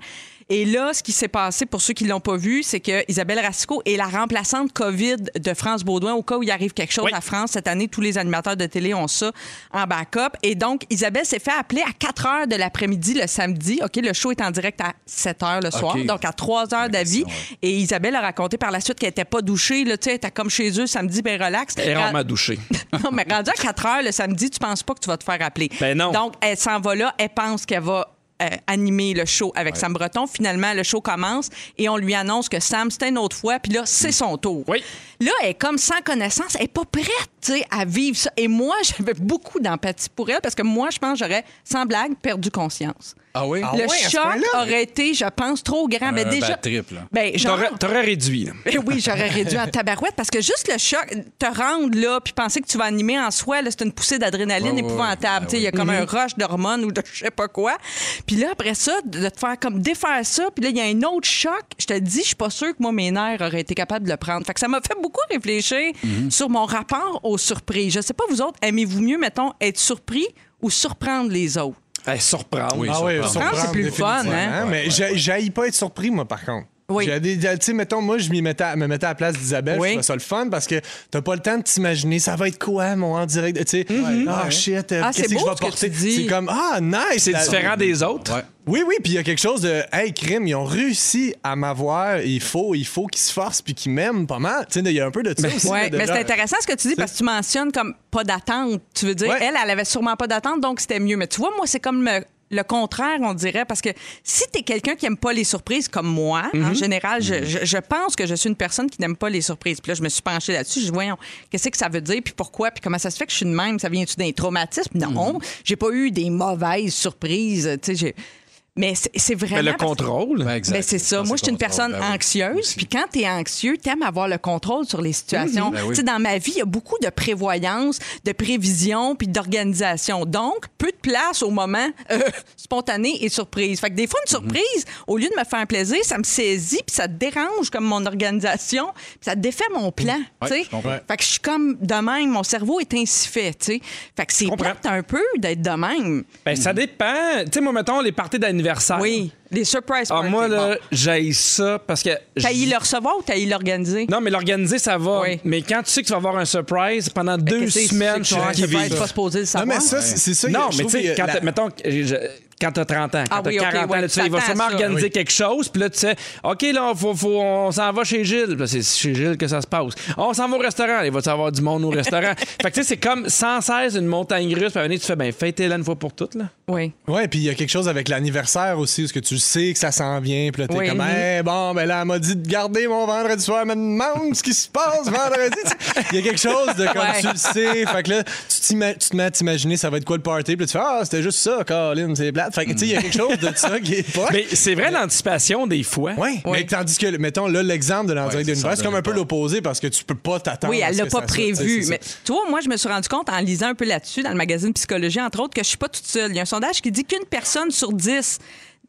Et là, ce qui s'est passé, pour ceux qui l'ont pas vu, c'est que Isabelle Racicot est la remplaçante COVID de France Baudouin au cas où il arrive quelque chose Oui. à France. Cette année, tous les animateurs de télé ont ça en backup. Et donc, Isabelle s'est fait appeler à 4 heures de l'après-midi le samedi. OK, le show est en direct à 7 heures le soir, donc à 3 heures d'avis. Et Isabelle a raconté par la suite qu'elle n'était pas douchée. Là, tu sais, elle était comme chez eux samedi, bien relax. Elle est Ra- rarement douchée. non, mais rendu à 4 heures le samedi, tu penses pas que tu vas te faire appeler. Ben non. Donc, elle s'en va là, elle pense qu'elle va euh, animer le show avec Sam Breton. Finalement, le show commence et on lui annonce que Sam, c'est une autre fois, puis là, Mm. c'est son tour. Oui. Là, elle est comme sans connaissance, elle est pas prête tu sais, à vivre ça. Et moi, j'avais beaucoup d'empathie pour elle parce que moi, je pense que j'aurais, sans blague, perdu conscience. Ah oui? le ouais, à ce choc point-là? aurait été, je pense, trop grand. mais Un déjà. bad trip, là. Ben, genre- T'aurais t'aurais réduit. là. eh oui, j'aurais réduit en tabarouette parce que juste le choc, te rendre là puis penser que tu vas animer en soi, là, c'est une poussée d'adrénaline Ouais, ouais, ouais. Mm-hmm. épouvantable. Tu sais, Il y a comme un rush d'hormones ou de je sais pas quoi. Puis là, après ça, de te faire comme défaire ça, puis là, il y a un autre choc. Je te dis, je suis pas sûre que moi, mes nerfs auraient été capables de le prendre. Fait que ça m'a fait beaucoup réfléchir Mm-hmm. sur mon rapport aux surprises. Je sais pas, vous autres, aimez-vous mieux, mettons, être surpris ou surprendre les autres? Elle surprendre. Oui. Ah ouais, surprendre. surprendre, C'est plus le fun, hein? définitivement. Mais j'ai- j'haïs pas être surpris, moi, par contre. Oui. J'ai des- Tu sais, mettons, moi, je m'y mettais à- me mettais à la place d'Isabelle. Oui. Je trouvais ça le fun parce que t'as pas le temps de t'imaginer ça va être quoi, mon en direct. Tu sais, ah shit, euh, Ah, c'est qu'est-ce que beau je vais ce que tu porter? dis. C'est comme, ah, nice. C'est la- différent des autres. Ouais. Oui, oui, puis il y a quelque chose de Hey, crime, ils ont réussi à m'avoir. Il faut, il faut qu'ils se forcent puis qu'ils m'aiment pas mal. Tu sais, il y a un peu de ça aussi. Oui, là, de mais c'est genre- intéressant ce que tu dis parce que tu mentionnes comme pas d'attente. Tu veux dire, Ouais. elle, elle avait sûrement pas d'attente, donc c'était mieux. Mais tu vois, moi, c'est comme me le contraire, on dirait, parce que si t'es quelqu'un qui aime pas les surprises comme moi, Mhm. en général, je, je- je pense que je suis une personne qui n'aime pas les surprises. Puis là, je me suis penchée là-dessus. Je dis, voyons, qu'est-ce que ça veut dire, puis pourquoi, puis comment ça se fait que je suis de même? Ça vient-tu d'un traumatisme? Mhm. Non, j'ai pas eu des mauvaises surprises. Tu sais, j'ai- Mais c'est- c'est vraiment. Mais le parce que- contrôle. Ben, exact. ben, c'est ça. pense Moi, que je suis une contrôle, personne ben oui, anxieuse. aussi. Puis quand t'es anxieux, t'aimes avoir le contrôle sur les situations. Ben oui. Tu sais, Dans ma vie, il y a beaucoup de prévoyance, de prévision, puis d'organisation. Donc, peu de place au moment euh, spontané et surprise. Fait que des fois, une Mhm. surprise, au lieu de me faire plaisir, ça me saisit, puis ça dérange comme mon organisation, puis ça défait mon plan. Mhm. Ouais, tu sais. je comprends. fait que je suis comme de même. Mon cerveau est ainsi fait. tu sais. Fait que c'est comprends. plate un peu d'être de même. Ben, ça dépend. Tu sais, moi, mettons, les parties d'anniversaire. Ah. Oui, les surprises. Ah, moi, là, j'aille ça parce que. T'as eu je- le recevoir ou t'as eu l'organiser? Non, mais l'organiser, ça va. Oui. Mais quand tu sais que tu vas avoir un surprise pendant deux Qu'est-ce que c'est, semaines, je suis c'est que tu vas- qui tu vas pas supposé le Non, savoir. mais ça, c'est c'est ça. Non, je mais tu trouve sais, que quand la- t'as- mettons que je- quand t'as 30 ans, quand Ah t'as oui, ok, 40 ans, ouais, là, tu fais, il va t'attends sûrement ça. organiser quelque chose, puis là, tu sais, OK, là, on, faut, faut- on s'en va chez Gilles. Puis là, c'est chez Gilles que ça se passe. On s'en va au restaurant. Il va-tu avoir du monde au restaurant? fait que, tu sais, c'est comme sans cesse une montagne russe. Puis à un moment donné, tu fais, ben, fêtez-la une fois pour toutes, là. Oui. Ouais, puis il y a quelque chose avec l'anniversaire aussi, parce que tu sais que ça s'en vient, puis là, t'es Oui. comme, hey, bon, ben là, elle m'a dit de garder mon vendredi soir, elle me demande ce qui se passe vendredi. Il y a quelque chose de comme Ouais. tu le sais, fait que là, tu, t'ima- tu te mets à t'imaginer ça va être quoi le party, puis là, tu fais, ah, c'était juste ça, Colin, c'est plate. Fait que, tu sais, il y a quelque chose de ça qui est pas. Mais c'est vrai, l'anticipation, des fois. Oui, mais tandis que, mettons, là, l'exemple de l'entrée Ouais, d'une ça c'est comme donne un peu pas. l'opposé parce que tu peux pas t'attendre. Oui, à elle ce l'a que pas ça soit, tu sais, prévu. c'est Mais tu vois, moi, je me suis rendu compte en lisant un peu là-dessus, dans le magazine Psychologie, entre autres, que je suis pas toute seule. Il y a un sondage qui dit qu'une personne sur dix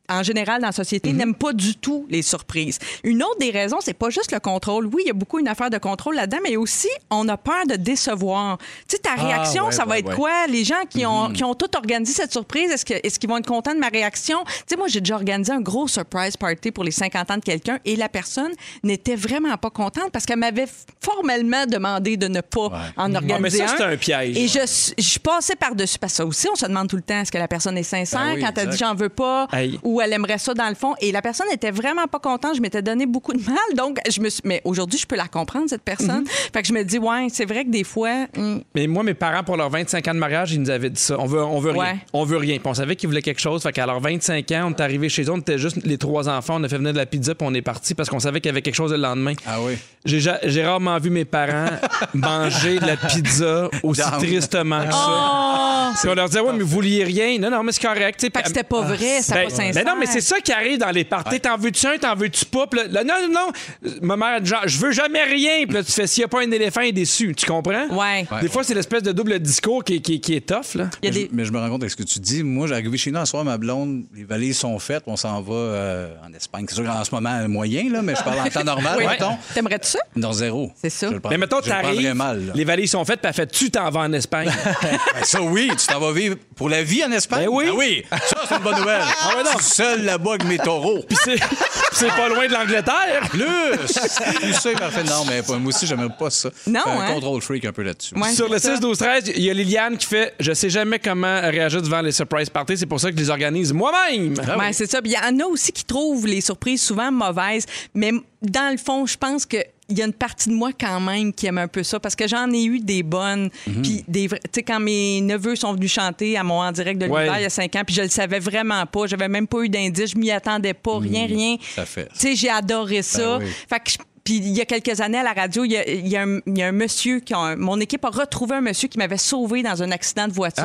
en général, dans la société, Mhm. n'aime pas du tout les surprises. Une autre des raisons, c'est pas juste le contrôle. Oui, il y a beaucoup une affaire de contrôle là-dedans, mais aussi, on a peur de décevoir. Tu sais, Ah, ta réaction, ouais, ça va ouais, être ouais. quoi? Les gens qui ont, Mm-hmm. qui ont tout organisé cette surprise, est-ce que- est-ce qu'ils vont être contents de ma réaction? Tu sais, moi, j'ai déjà organisé un gros surprise party pour les 50 ans de quelqu'un et la personne n'était vraiment pas contente parce qu'elle m'avait formellement demandé de ne pas Mm-hmm. en organiser Ah, mais ça, un. c'est un piège. Et je, suis- je passais par-dessus parce que ça aussi, on se demande tout le temps est-ce que la personne est sincère Ben oui, quand elle dit exact. j'en veux pas Hey. ou elle aimerait ça dans le fond. Et la personne était vraiment pas contente. Je m'étais donné beaucoup de mal. Donc, je me suis. Mais aujourd'hui, je peux la comprendre, cette personne. Mm-hmm. Fait que je me dis, ouais, c'est vrai que des fois. hum, Mais moi, mes parents, pour leurs 25 ans de mariage, ils nous avaient dit ça. On veut, on veut rien. Ouais. On veut rien. Puis on savait qu'ils voulaient quelque chose. Fait qu'à leurs 25 ans, on est arrivé chez eux, on était juste les trois enfants, on a fait venir de la pizza, puis on est parti parce qu'on savait qu'il y avait quelque chose le lendemain. Ah oui. J'ai, ja- j'ai rarement vu mes parents manger de la pizza aussi Down. tristement que Oh. ça. Puis on leur disait, ouais, mais vous vouliez rien. Non, non, mais c'est correct. tu sais. Fait que c'était pas vrai, c'était Ben, pas sincère. ben non, mais c'est ça qui arrive dans les parties. T'en veux-tu un, t'en veux-tu pas? Puis là, là, non, non, non. Ma mère, a dit genre, je veux jamais rien. Puis là, tu fais, s'il n'y a pas un éléphant, il est déçu. Tu comprends? Ouais. Des fois, c'est l'espèce de double discours qui, qui- qui est tough, là. Il mais, y a des. je, mais je me rends compte avec ce que tu dis. Moi, j'ai arrivé chez nous un soir, ma blonde, les valises sont faites, on s'en va euh, en Espagne. C'est sûr qu'en ce moment, moyen, là, mais je parle en temps normal, Ah, Oui. mettons. T'aimerais-tu ça? Non, zéro. C'est ça. Je le prends- Mais mettons, je le prendrais t'arrives, mal. là. les valises sont faites, puis elle fait, tu t'en vas en Espagne. Ben, ça, oui, tu t'en vas vivre pour la vie en Espagne. Ben oui. Ah oui. Ça, c'est une bonne nouvelle. Ah, ouais, non. Seul là-bas avec mes taureaux. puis c'est, puis c'est pas loin de l'Angleterre. Plus! Plus ça, il m'a fait non, mais pas- moi aussi, j'aime pas ça. Non, Je suis hein? Un contrôle freak un peu là-dessus. Ouais. Sur le c'est ça. 6, 12, 13, il y a Liliane qui fait Je sais jamais comment réagir devant les surprise parties, c'est pour ça que je les organise moi-même. Ah Ouais, c'est ça. Puis il y en a aussi qui trouvent les surprises souvent mauvaises. Mais dans le fond, je pense que. Il y a une partie de moi quand même qui aime un peu ça parce que j'en ai eu des bonnes. Mhm. Puis, des vra- tu sais, quand mes neveux sont venus chanter à mon en direct de l'hiver Ouais. il y a cinq ans, puis je le savais vraiment pas. J'avais même pas eu d'indice. Je m'y attendais pas. Rien, rien. Mhm. ça fait. Ben Tu sais, j'ai adoré ça. oui. Fait que je- puis il y a quelques années à la radio, il y a, il y a un, il y a un monsieur qui a un- mon équipe a retrouvé un monsieur qui m'avait sauvé dans un accident de voiture.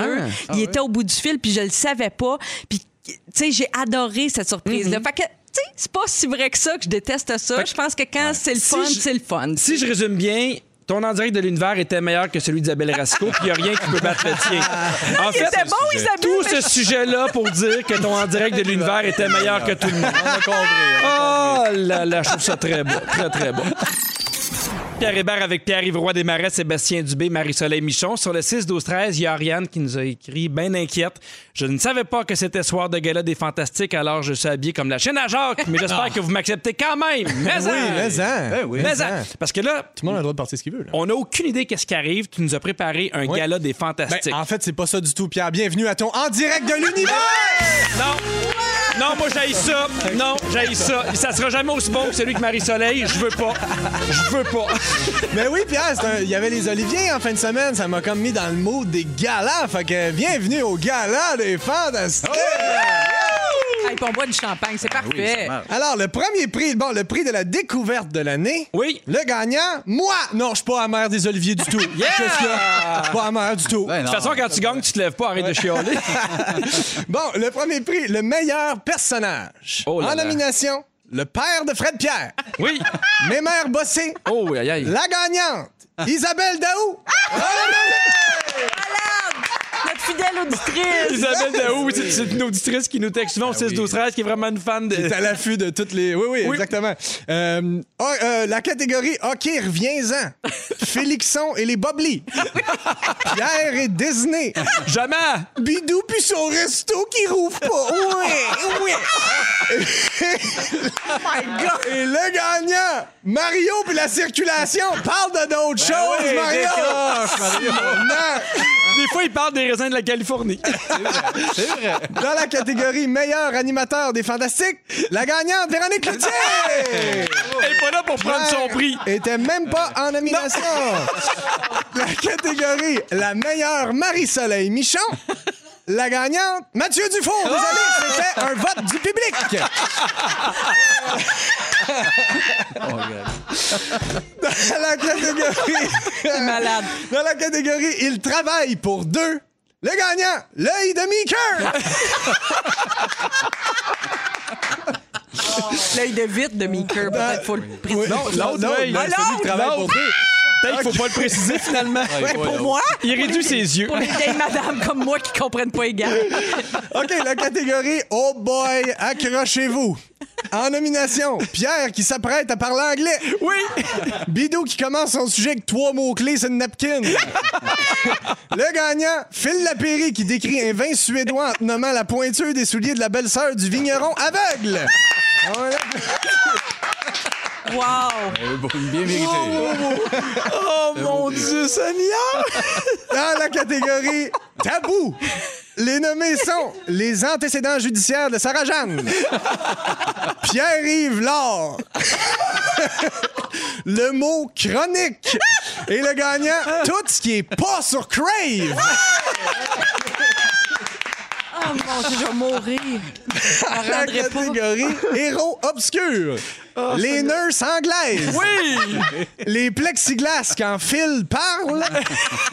Ah. il était au bout du fil puis je le savais pas. Puis tu sais, j'ai adoré cette surprise là. Fait que tu sais, c'est pas si vrai que ça que je déteste ça. Je pense Mm-hmm. que quand c'est le Si fun, je- c'est le fun. Si je résume bien, ton en direct de l'univers était meilleur que celui d'Isabelle Rasco, puis il n'y a rien qui peut battre le tien. en il était bon, Isabelle, tout mais ce sujet-là pour dire que ton en direct de l'univers était meilleur que tout le monde. On a compris. on a Oh là là, je trouve ça très beau, très très beau. Pierre Hébert avec Pierre-Yves Roy Desmarais, Sébastien Dubé, Marie-Soleil Michon. Sur le 6-12-13, il y a Ariane qui nous a écrit, bien inquiète. Je ne savais pas que c'était soir de gala des Fantastiques, alors je suis habillée comme la chaîne à Jacques, mais j'espère que vous m'acceptez quand même. Mais hein. Oui, mais en. Ben oui. Mais mais en. en. Parce que là, Tout le monde a le droit de porter ce qu'il veut. là. on n'a aucune idée qu'est-ce qui arrive. Tu nous as préparé un Ouais. gala des Ben, Fantastiques. en fait, c'est pas ça du tout, Pierre. Bienvenue à ton En direct de l'univers! Non! Non, moi, j'haïs ça. Non, j'haïs ça. Ça sera jamais aussi bon que celui que Marie-Soleil. Je veux pas. Je veux pas. Mais oui, Pierre, c'est un- il y avait les Oliviers en fin de semaine. Ça m'a comme mis dans le mot des galas. Fait que bienvenue au gala des fantastiques. Hey, puis on boit du champagne, c'est Ah parfait. marche. Alors, le premier prix, bon, le prix de la découverte de l'année. Oui. Le gagnant, moi. Non, je suis pas amer des Oliviers du tout. Yeah! Qu'est-ce qu'il y a? Je suis pas amer du tout. Ben De non. toute façon, quand tu gagnes, tu te lèves pas, arrête de chialer. Bon, le premier prix, le meilleur personnage. Oh là en là. nomination, le père de Fred Pierre. Oui. Mes mères bossées. Oh, oui, aïe, aïe. La gagnante, Isabelle Daou. Ah! Notre fidèle auditrice. Isabelle Daou, c'est c'est une auditrice qui nous texte souvent au 6 12 13 Ben qui est vraiment une fan de. T'es à l'affût de toutes les. Oui, oui, Oui. exactement. Euh, ah, euh, la catégorie hockey, reviens-en. Félixon et les Boblis. Pierre et Disney. Jamais! Bidou puis son resto qui rouvre pas. Ouais, ouais. oh my God. Et le gagnant, Mario puis la circulation. Parle de d'autres choses, oui, Ben Mario. décroche, Non. Des fois, il parle des raisins de la Californie. Dans la catégorie meilleur animateur des Fantastiques, la gagnante, Véronique Cloutier. Elle est pas là pour prendre son prix. était même pas en nomination. la catégorie la meilleure Marie-Soleil Michon. La gagnante, Mathieu Dufour. Oh! Désolé, c'était un vote du public. Oh, Dans la catégorie, malade. dans la catégorie, il travaille pour deux. Le gagnant, l'œil de Meeker. L'œil de vite de Meeker, peut-être faut le préciser. Non, l'autre œil. non, celui qui travaille pour deux. Peut-être qu'il faut pas le préciser finalement. Pour moi, Il réduit ses yeux. pour les vieilles madames comme moi qui comprennent pas égal. OK, la catégorie Oh boy, accrochez-vous. En nomination, Pierre qui s'apprête à parler anglais. Oui! Bidou qui commence son sujet avec trois mots-clés sur une napkin. Le gagnant, Phil Lapéry qui décrit un vin suédois en te nommant la pointure des souliers de la belle-sœur du vigneron aveugle. Voilà. Wow! Eh, Bien mérité. Oh mon Dieu Seigneur! Dans la catégorie tabou, les nommés sont les antécédents judiciaires de Sarah Jeanne, Pierre-Yves Laure, le mot chronique et le gagnant, tout ce qui est pas sur Crave. Oh mon Dieu, je vais mourir. Je m'en La rendrai pas. catégorie héros obscurs, les nurses anglaises, Oui! les plexiglas quand Phil parle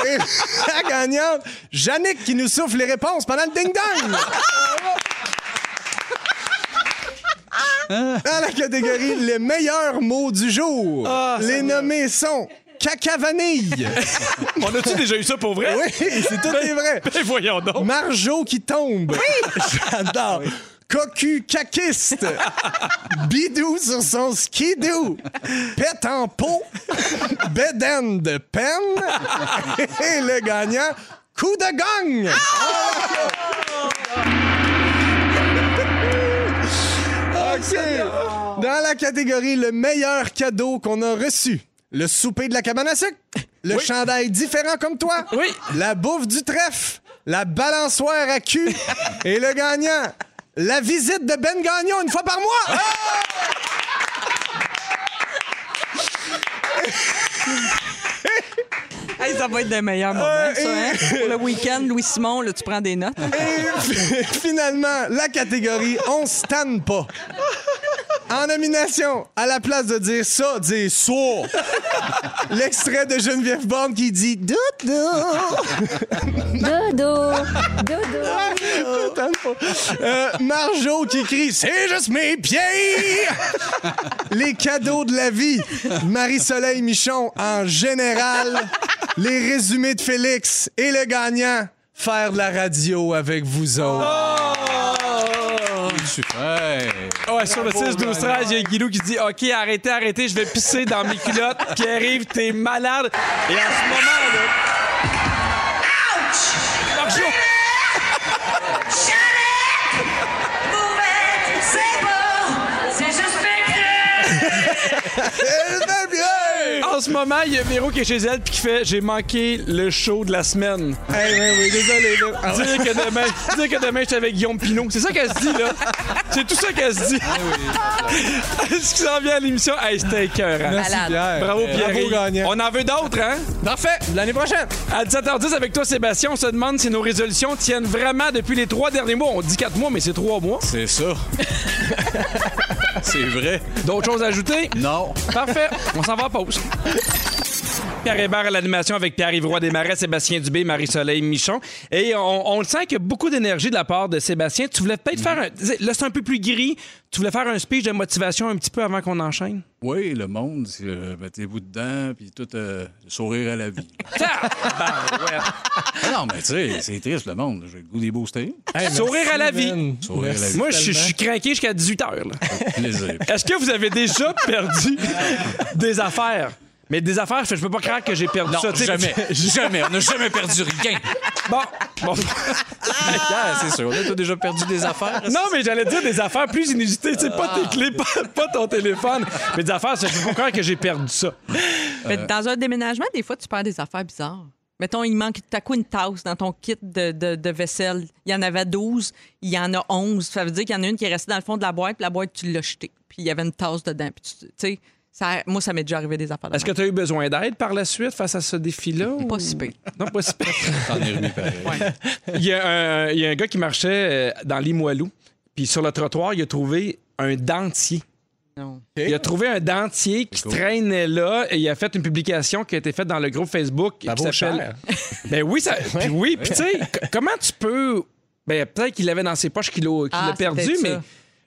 et la gagnante, Yannick qui nous souffle les réponses pendant le ding-dong. Dans la catégorie les meilleurs mots du jour, les nommés sont cacavanille. On a-tu déjà eu ça pour vrai? Oui, c'est tout est vrai. Ben voyons donc! Marjo qui tombe. Oui! J'adore. Cocu caquiste. Bidou sur son skidou. Pète en peau. Beden de peine. Et le gagnant, coup de gang. Ah, OK. Dans la catégorie le meilleur cadeau qu'on a reçu, le souper de la cabane à sucre, le chandail différent comme toi, Oui. la bouffe du trèfle, la balançoire à cul et le gagnant, la visite de Ben Gagnon une fois par mois. Hey, ça va être des meilleurs moments, Euh, ça, hein? Pour le week-end, Louis Simon, là, tu prends des notes. Et finalement, la catégorie on stand pas. En nomination, à la place de dire ça, dire sourd. L'extrait de Geneviève Borne qui dit doudou. Dodo, Ah, dodo. Euh, Marjo qui crie C'est juste mes pieds! Les cadeaux de la vie. Marie-Soleil Michon en général. Les résumés de Félix et le gagnant. Faire de la radio avec vous autres. Super. Ah Ouais, sur le 6 12 13 il y a Guilou qui dit OK, arrêtez, arrêtez, je vais pisser dans mes culottes. Puis arrive, t'es malade. Et en ce moment, là. Marjo! Eh, ben bien! en ce moment, il y a Véro qui est chez elle puis qui fait J'ai manqué le show de la semaine. Hey, ben oui, oui, désolé. là. Ah, Dire que demain, dire que demain, je suis avec Guillaume Pinot. C'est ça qu'elle se dit, là. C'est tout ça qu'elle se dit. Ce qui s'en vient à l'émission, hey, c'était écœurant. merci, Malade. Pierre. Bravo, Pierre. Bravo, gagnant. On en veut d'autres, hein? Parfait. L'année prochaine. À 17h10, avec toi, Sébastien, on se demande si nos résolutions tiennent vraiment depuis les trois derniers mois. On dit quatre mois, mais c'est trois mois. C'est ça. C'est vrai. D'autres choses à ajouter? Non. Parfait. On s'en va en pause. Pierre Hébert à l'animation avec Pierre-Yves Roy Desmarais, Sébastien Dubé, Marie-Soleil Michon. Et on, on le sent qu'il y a beaucoup d'énergie de la part de Sébastien. Tu voulais peut-être faire un. tu sais, Là, c'est un peu plus gris. Tu voulais faire un speech de motivation un petit peu avant qu'on enchaîne? Oui, le monde, c'est, euh, mettez-vous dedans, puis tout euh, sourire à la vie. Ah non, mais tu sais, c'est triste, le monde. J'ai le goût des boostés. Hey, merci, Sourire à la vie. man. Sourire à la vie. Moi, je suis- je suis craqué jusqu'à 18 h. Plaisir. Est-ce que vous avez déjà perdu des affaires? Mais des affaires, je peux pas croire que j'ai perdu Non, ça. tu sais. jamais, jamais. On n'a jamais perdu rien. Bon, bon. Ah, c'est sûr. Là, t'as déjà perdu des affaires. Non, mais j'allais dire des affaires plus inusitées. C'est pas tes clés, pas, pas ton téléphone, mais des affaires, ça, je peux pas croire que j'ai perdu ça. Mais Dans un déménagement, des fois, tu perds des affaires bizarres. Mettons, il manque tout à coup une tasse dans ton kit de, de- de vaisselle. Il y en avait 12, il y en a 11. Ça veut dire qu'il y en a une qui est restée dans le fond de la boîte, puis la boîte, tu l'as jetée. Puis il y avait une tasse dedans. Puis tu tu sais, ça, moi, ça m'est déjà arrivé des affaires. de Est-ce que tu as eu besoin d'aide par la suite face à ce défi-là? même. pas si pire. Non, pas si pire. T'en es remis pareil. Il y, a un, il y a un gars qui marchait euh, dans Limoilou, puis sur le trottoir, il a trouvé un dentier. Non. Il Eh. a trouvé un dentier qui traînait là et il a fait une publication qui a été faite dans le groupe Facebook Ça qui vaut s'appelle cher. Ben oui, ça. Puis oui, puis tu sais, c- comment tu peux. Ben peut-être qu'il l'avait dans ses poches qu'il l'a qu'il Ah, l'a c'est perdu, peut-être mais ça.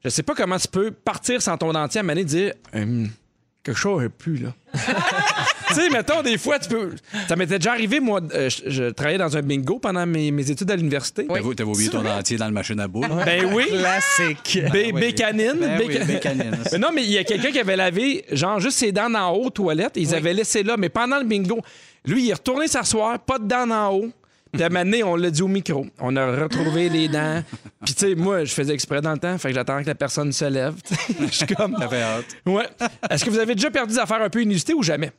je sais pas comment tu peux partir sans ton dentier à maner dire Hum, quelque chose a pu, là. tu sais, mettons, des fois, tu peux. Ça m'était déjà arrivé, moi, euh, je, je travaillais dans un bingo pendant mes, mes études à l'université. T'avais- T'avais oublié ton entier dans le machine à boules. Ben oui. Classique. Bé- oui. Bécanine. Ben oui, béca- bécanine. Mais non, mais il y a quelqu'un qui avait lavé, genre, juste ses dents en haut aux toilettes. Ils avaient laissé là, mais pendant le bingo, lui, il est retourné s'asseoir, pas de dents en haut. Puis à un moment donné, on l'a dit au micro. On a retrouvé les dents. Puis tu sais, moi, je faisais exprès dans le temps, fait que j'attends que la personne se lève. je suis comme... T'avais hâte. Ouais. Est-ce que vous avez déjà perdu des affaires un peu inusitées ou jamais?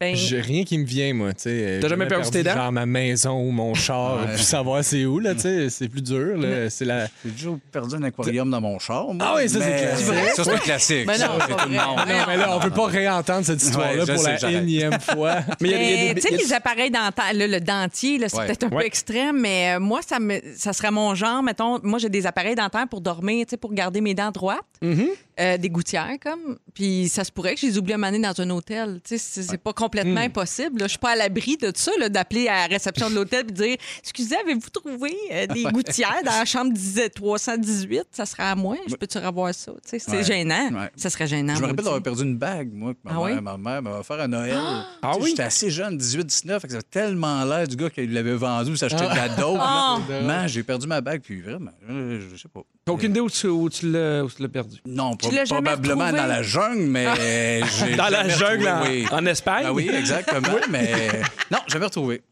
Ben, J'ai rien qui me vient, moi. tu sais. T'as jamais perdu tes dents? Genre ma maison ou mon char, puis savoir c'est où, là, tu sais. C'est plus dur, là. C'est la. J'ai déjà perdu un aquarium dans mon char. moi, Ah oui, ça, c'est mais- classique. Ça, c'est un classique. Ben ça, non, c'est pas tout le vrai. monde. Ben non. Mais là, on peut pas réentendre cette histoire-là Ouais, je pour sais, la j'arrête. énième fois. Mais il y a- il y a Mais des- tu sais, il y a- les appareils dentaires, là, le dentier, là, c'est Ouais. peut-être un Ouais. peu extrême, mais euh, moi, ça, me, ça serait mon genre. Mettons, moi, j'ai des appareils dentaires pour dormir, tu sais, pour garder mes dents droites, Mm-hmm. Euh, des gouttières, comme. Puis ça se pourrait que je les oublie à maner dans un hôtel. Tu sais, c'est c'est pas complètement Mm. impossible. là. Je suis pas à l'abri de ça, là, d'appeler à la réception de l'hôtel et dire Excusez, avez-vous trouvé euh, des gouttières dans la chambre 10 318 Ça serait à moi. Je peux-tu revoir ça? Tu sais, c'est Ouais. gênant. Ouais. Ça serait gênant. Je me rappelle maudit. d'avoir perdu une bague, moi, que ma, Ah mère, oui? ma mère m'avait offert à Noël. Ah Tu sais, oui? J'étais assez jeune, 18-19, fait que ça a tellement l'air du gars qui l'avait vendu, ça achetait de la dope. Ah. Man, j'ai perdu ma bague, puis vraiment, euh, je sais pas. T'as aucune idée où tu, où tu l'as où tu l'as perdu? Non, Tu pas- l'as jamais probablement retrouvée? dans la jungle, mais j'ai Dans la jamais jungle en, retrouvé, oui. en Espagne? Ah oui, exactement, mais non, jamais retrouvé.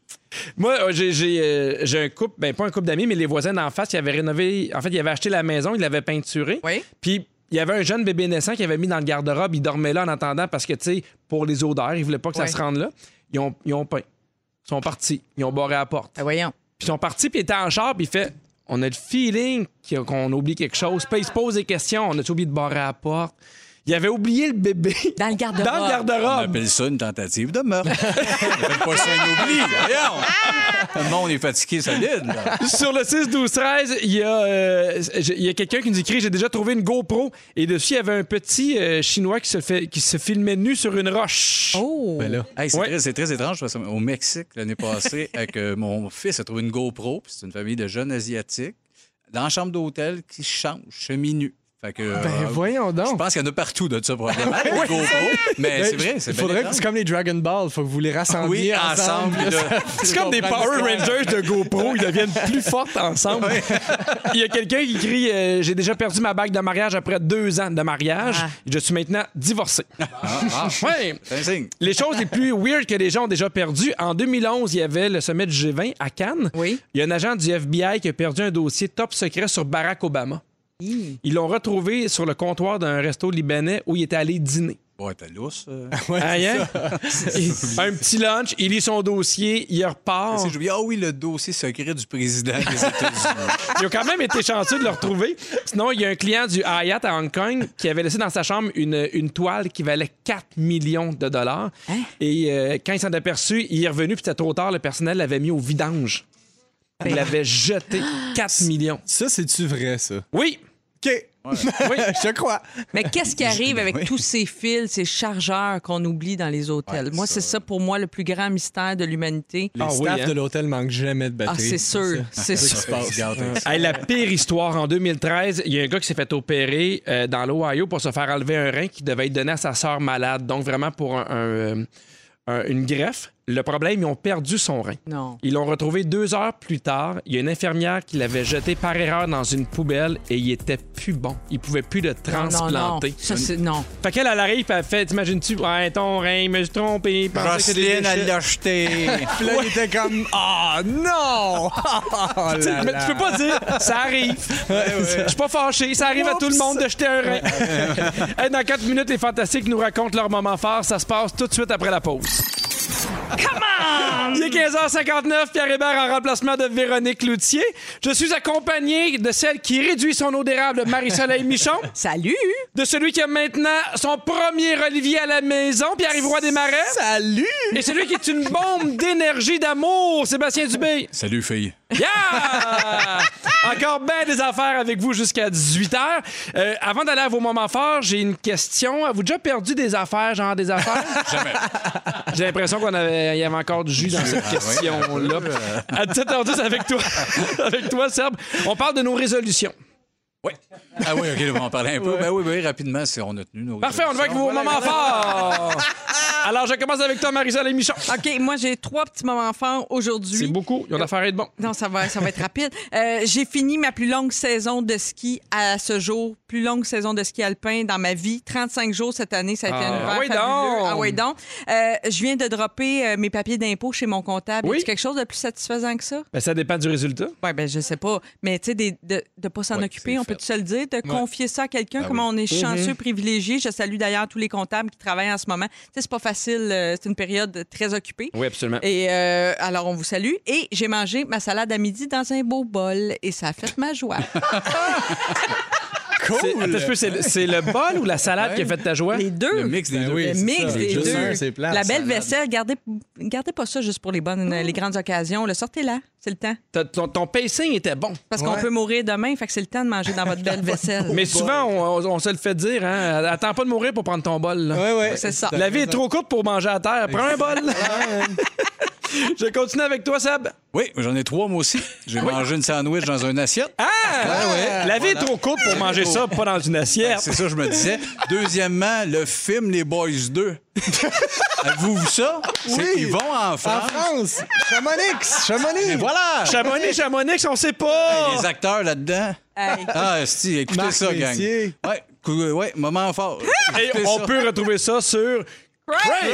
Moi, euh, j'ai- j'ai euh, j'ai un couple, ben pas un couple d'amis, mais les voisins d'en face, ils avaient rénové. En fait, ils avaient acheté la maison, ils l'avaient peinturée. Oui. Puis il y avait un jeune bébé naissant qu'ils avaient mis dans le garde-robe. Il dormait là en attendant parce que, tu sais, pour les odeurs, ils voulaient pas que Oui. ça se rende là. Ils ont, ils ont peint. Ils sont partis. Ils ont barré la porte. Ben, voyons. Puis ils sont partis, puis ils étaient en char, puis il fait On a le feeling qu'il y a- qu'on oublie quelque chose. Puis ils se posent des questions. On a oublié de barrer la porte. Il avait oublié le bébé. Dans le garde-robe. Dans le On garde-robe. appelle ça une tentative de meurtre. Faites pas ça un oubli, voyons. Ah! Le monde est fatigué solide. là. Sur le 6, 12, 13, il y a, euh, j'ai- il y a quelqu'un qui nous écrit J'ai déjà trouvé une GoPro et dessus, il y avait un petit euh, chinois qui se, fait, qui se filmait nu sur une roche. Oh! Ben là. Hey, c'est Ouais. très, c'est très étrange parce qu'au Mexique, l'année passée, avec, euh, mon fils a trouvé une GoPro, puis c'est une famille de jeunes asiatiques, dans la chambre d'hôtel qui change, chemise nue. Fait que, euh, Ben, voyons je donc. pense qu'il y en a partout de ça, probablement, des GoPro. Mais c'est vrai, c'est Ben, Il bien faudrait que étrange. c'est comme les Dragon Ball, faut que vous les Oui, rassembliez ensemble. ensemble. là. C'est comme des Power Rangers de GoPro, ils deviennent plus fortes ensemble. Il y a quelqu'un qui crie euh, J'ai déjà perdu ma bague de mariage après deux ans de mariage. Ah. Je suis maintenant divorcé. Ah, ah, Ouais. c'est un signe. Les choses les plus weird que les gens ont déjà perdues. En 2011, il y avait le sommet du G20 à Cannes. Oui. Il y a un agent du FBI qui a perdu un dossier top secret sur Barack Obama. Hi. Ils l'ont retrouvé sur le comptoir d'un resto libanais où il était allé dîner. Ouais, t'es lousse. euh. Ouais, Hein, hein? un petit lunch, il lit son dossier, il Oh. repart. C'est- j'ai oublié, Ah oui, le dossier secret du président des États-Unis. Ils ont quand même été chanceux de le retrouver. Sinon, il y a un client du Hyatt à Hong Kong qui avait laissé dans sa chambre une, une toile qui valait 4 millions de dollars. Et euh, quand il s'en est aperçu, il est revenu, puis c'était trop tard, le personnel l'avait mis au vidange. Il l'avait jeté 4 millions. Ça, c'est-tu vrai, ça? Oui! OK. Oui. Je crois. Mais qu'est-ce qui arrive avec tous ces fils, ces chargeurs qu'on oublie dans les hôtels? Ouais, moi, ça. c'est ça pour moi le plus grand mystère de l'humanité. Les Ah oui, staffs hein? de l'hôtel manquent jamais de batterie. Ah, c'est sûr, c'est sûr. se passe. Regarde, Hey, la pire histoire, en 2013, il y a un gars qui s'est fait opérer euh, dans l'Ohio pour se faire enlever un rein qui devait être donné à sa sœur malade. Donc, vraiment pour un- un, euh, un- une greffe. Le problème, ils ont perdu son rein. Non. Ils l'ont retrouvé deux heures plus tard. Il y a une infirmière qui l'avait jeté par erreur dans une poubelle et il était plus bon. Il pouvait plus le Non, non, transplanter. Ça, c'est non. Fait qu'elle, elle arrive et elle fait T'imagines-tu, ouais, ton rein, je me suis trompé. je pensais que c'était des Roselyne, déchets. elle l'a jeté. Puis là, il était comme Ah non! Oh Tu sais, là mais là. tu peux pas dire, ça arrive. Je suis pas fâché, ça arrive à tout le monde de jeter un rein. Hey, dans 4 minutes, les Fantastiques nous racontent leur moment fort. Ça se passe tout de suite après la pause. Come on! Il est 15h59, Pierre Hébert en remplacement de Véronique Loutier. Je suis accompagné de celle qui réduit son eau d'érable, Marie-Soleil Michon, Salut! de celui qui a maintenant son premier Olivier à la maison, Pierre-Yvroy Desmarais, Salut! et celui qui est une bombe d'énergie d'amour, Sébastien Dubé. Salut, fille. Yeah! Encore bien des affaires avec vous jusqu'à 18h. Euh, avant d'aller à vos moments forts, j'ai une question. Avez-vous déjà perdu des affaires, genre des affaires? Jamais. J'ai l'impression qu'on avait, il y avait encore du jus dans cette question-là. À 17h10 avec toi, avec toi, Serbe, on parle de nos résolutions. Ah oui, OK, là, on va en parler un peu. Ben oui, oui, rapidement, c'est- on a tenu nos... Parfait, on va avec résolutions. vos Voilà, moments forts. Alors, je commence avec toi, Marisol et Michon. OK, moi, j'ai trois petits moments forts C'est aujourd'hui. beaucoup. Ils ont affaire à être bon. Non, ça va, ça va être rapide. Euh, j'ai fini ma plus longue saison de ski à ce jour, plus longue saison de ski alpin dans ma vie. 35 jours cette année, ça a été Ah, une hiver oui fabuleux. donc! Ah oui donc. Euh, je viens de dropper euh, mes papiers d'impôt chez mon comptable. Oui. Y a quelque chose de plus satisfaisant que ça? Ben, ça dépend du résultat. Oui, ben je sais pas. Mais tu sais, des- de ne pas s'en Ouais, occuper, c'est on fait. peut se le dire, de confier ça à quelqu'un, Ah comment on est chanceux, privilégié. Je salue d'ailleurs tous les comptables qui travaillent en ce moment. Tu sais, c'est pas facile, euh, c'est une période très occupée. Oui, absolument. Et euh, alors, on vous salue. Et j'ai mangé ma salade à midi dans un beau bol et ça a fait ma joie. C'est- attends, Cool! je peux- C'est le- c'est le bol ou la salade qui a fait ta joie? Les deux. Le mix des Ben deux. oui. Le c'est mix ça. des Juste deux. un, c'est plate, la salade. belle vaisselle, gardez, gardez pas ça juste pour les bonnes, les grandes occasions. Le sortez-la, c'est le temps. T'as- Ton, ton pacing était bon. Parce Ouais. qu'on peut mourir demain, fait que c'est le temps de manger dans votre belle vaisselle. Mais souvent, on, on- on se le fait dire, hein, attends pas de mourir pour prendre ton bol. là. Ouais, ouais. C'est ça. La vie est trop courte pour manger à terre. Prends un bol. Je continue avec toi, Seb. Oui, j'en ai trois, moi aussi. J'ai mangé une sandwich dans une assiette. Ah! La vie est trop courte pour manger ça, pas dans une assiette. C'est ça, je me disais. Deuxièmement, le film Les Boys 2. Avez-vous vu ça? Oui. C'est Ils vont en En France. France! Chamonix! Chamonix! Voilà! Chamonix, Chamonix, on sait pas. Les acteurs là-dedans. Hey. Ah, si, écoutez Marc ça, gang. Messier. Ouais, cou- ouais, moment fort. Et Écoutez on ça. peut retrouver ça sur. Craig!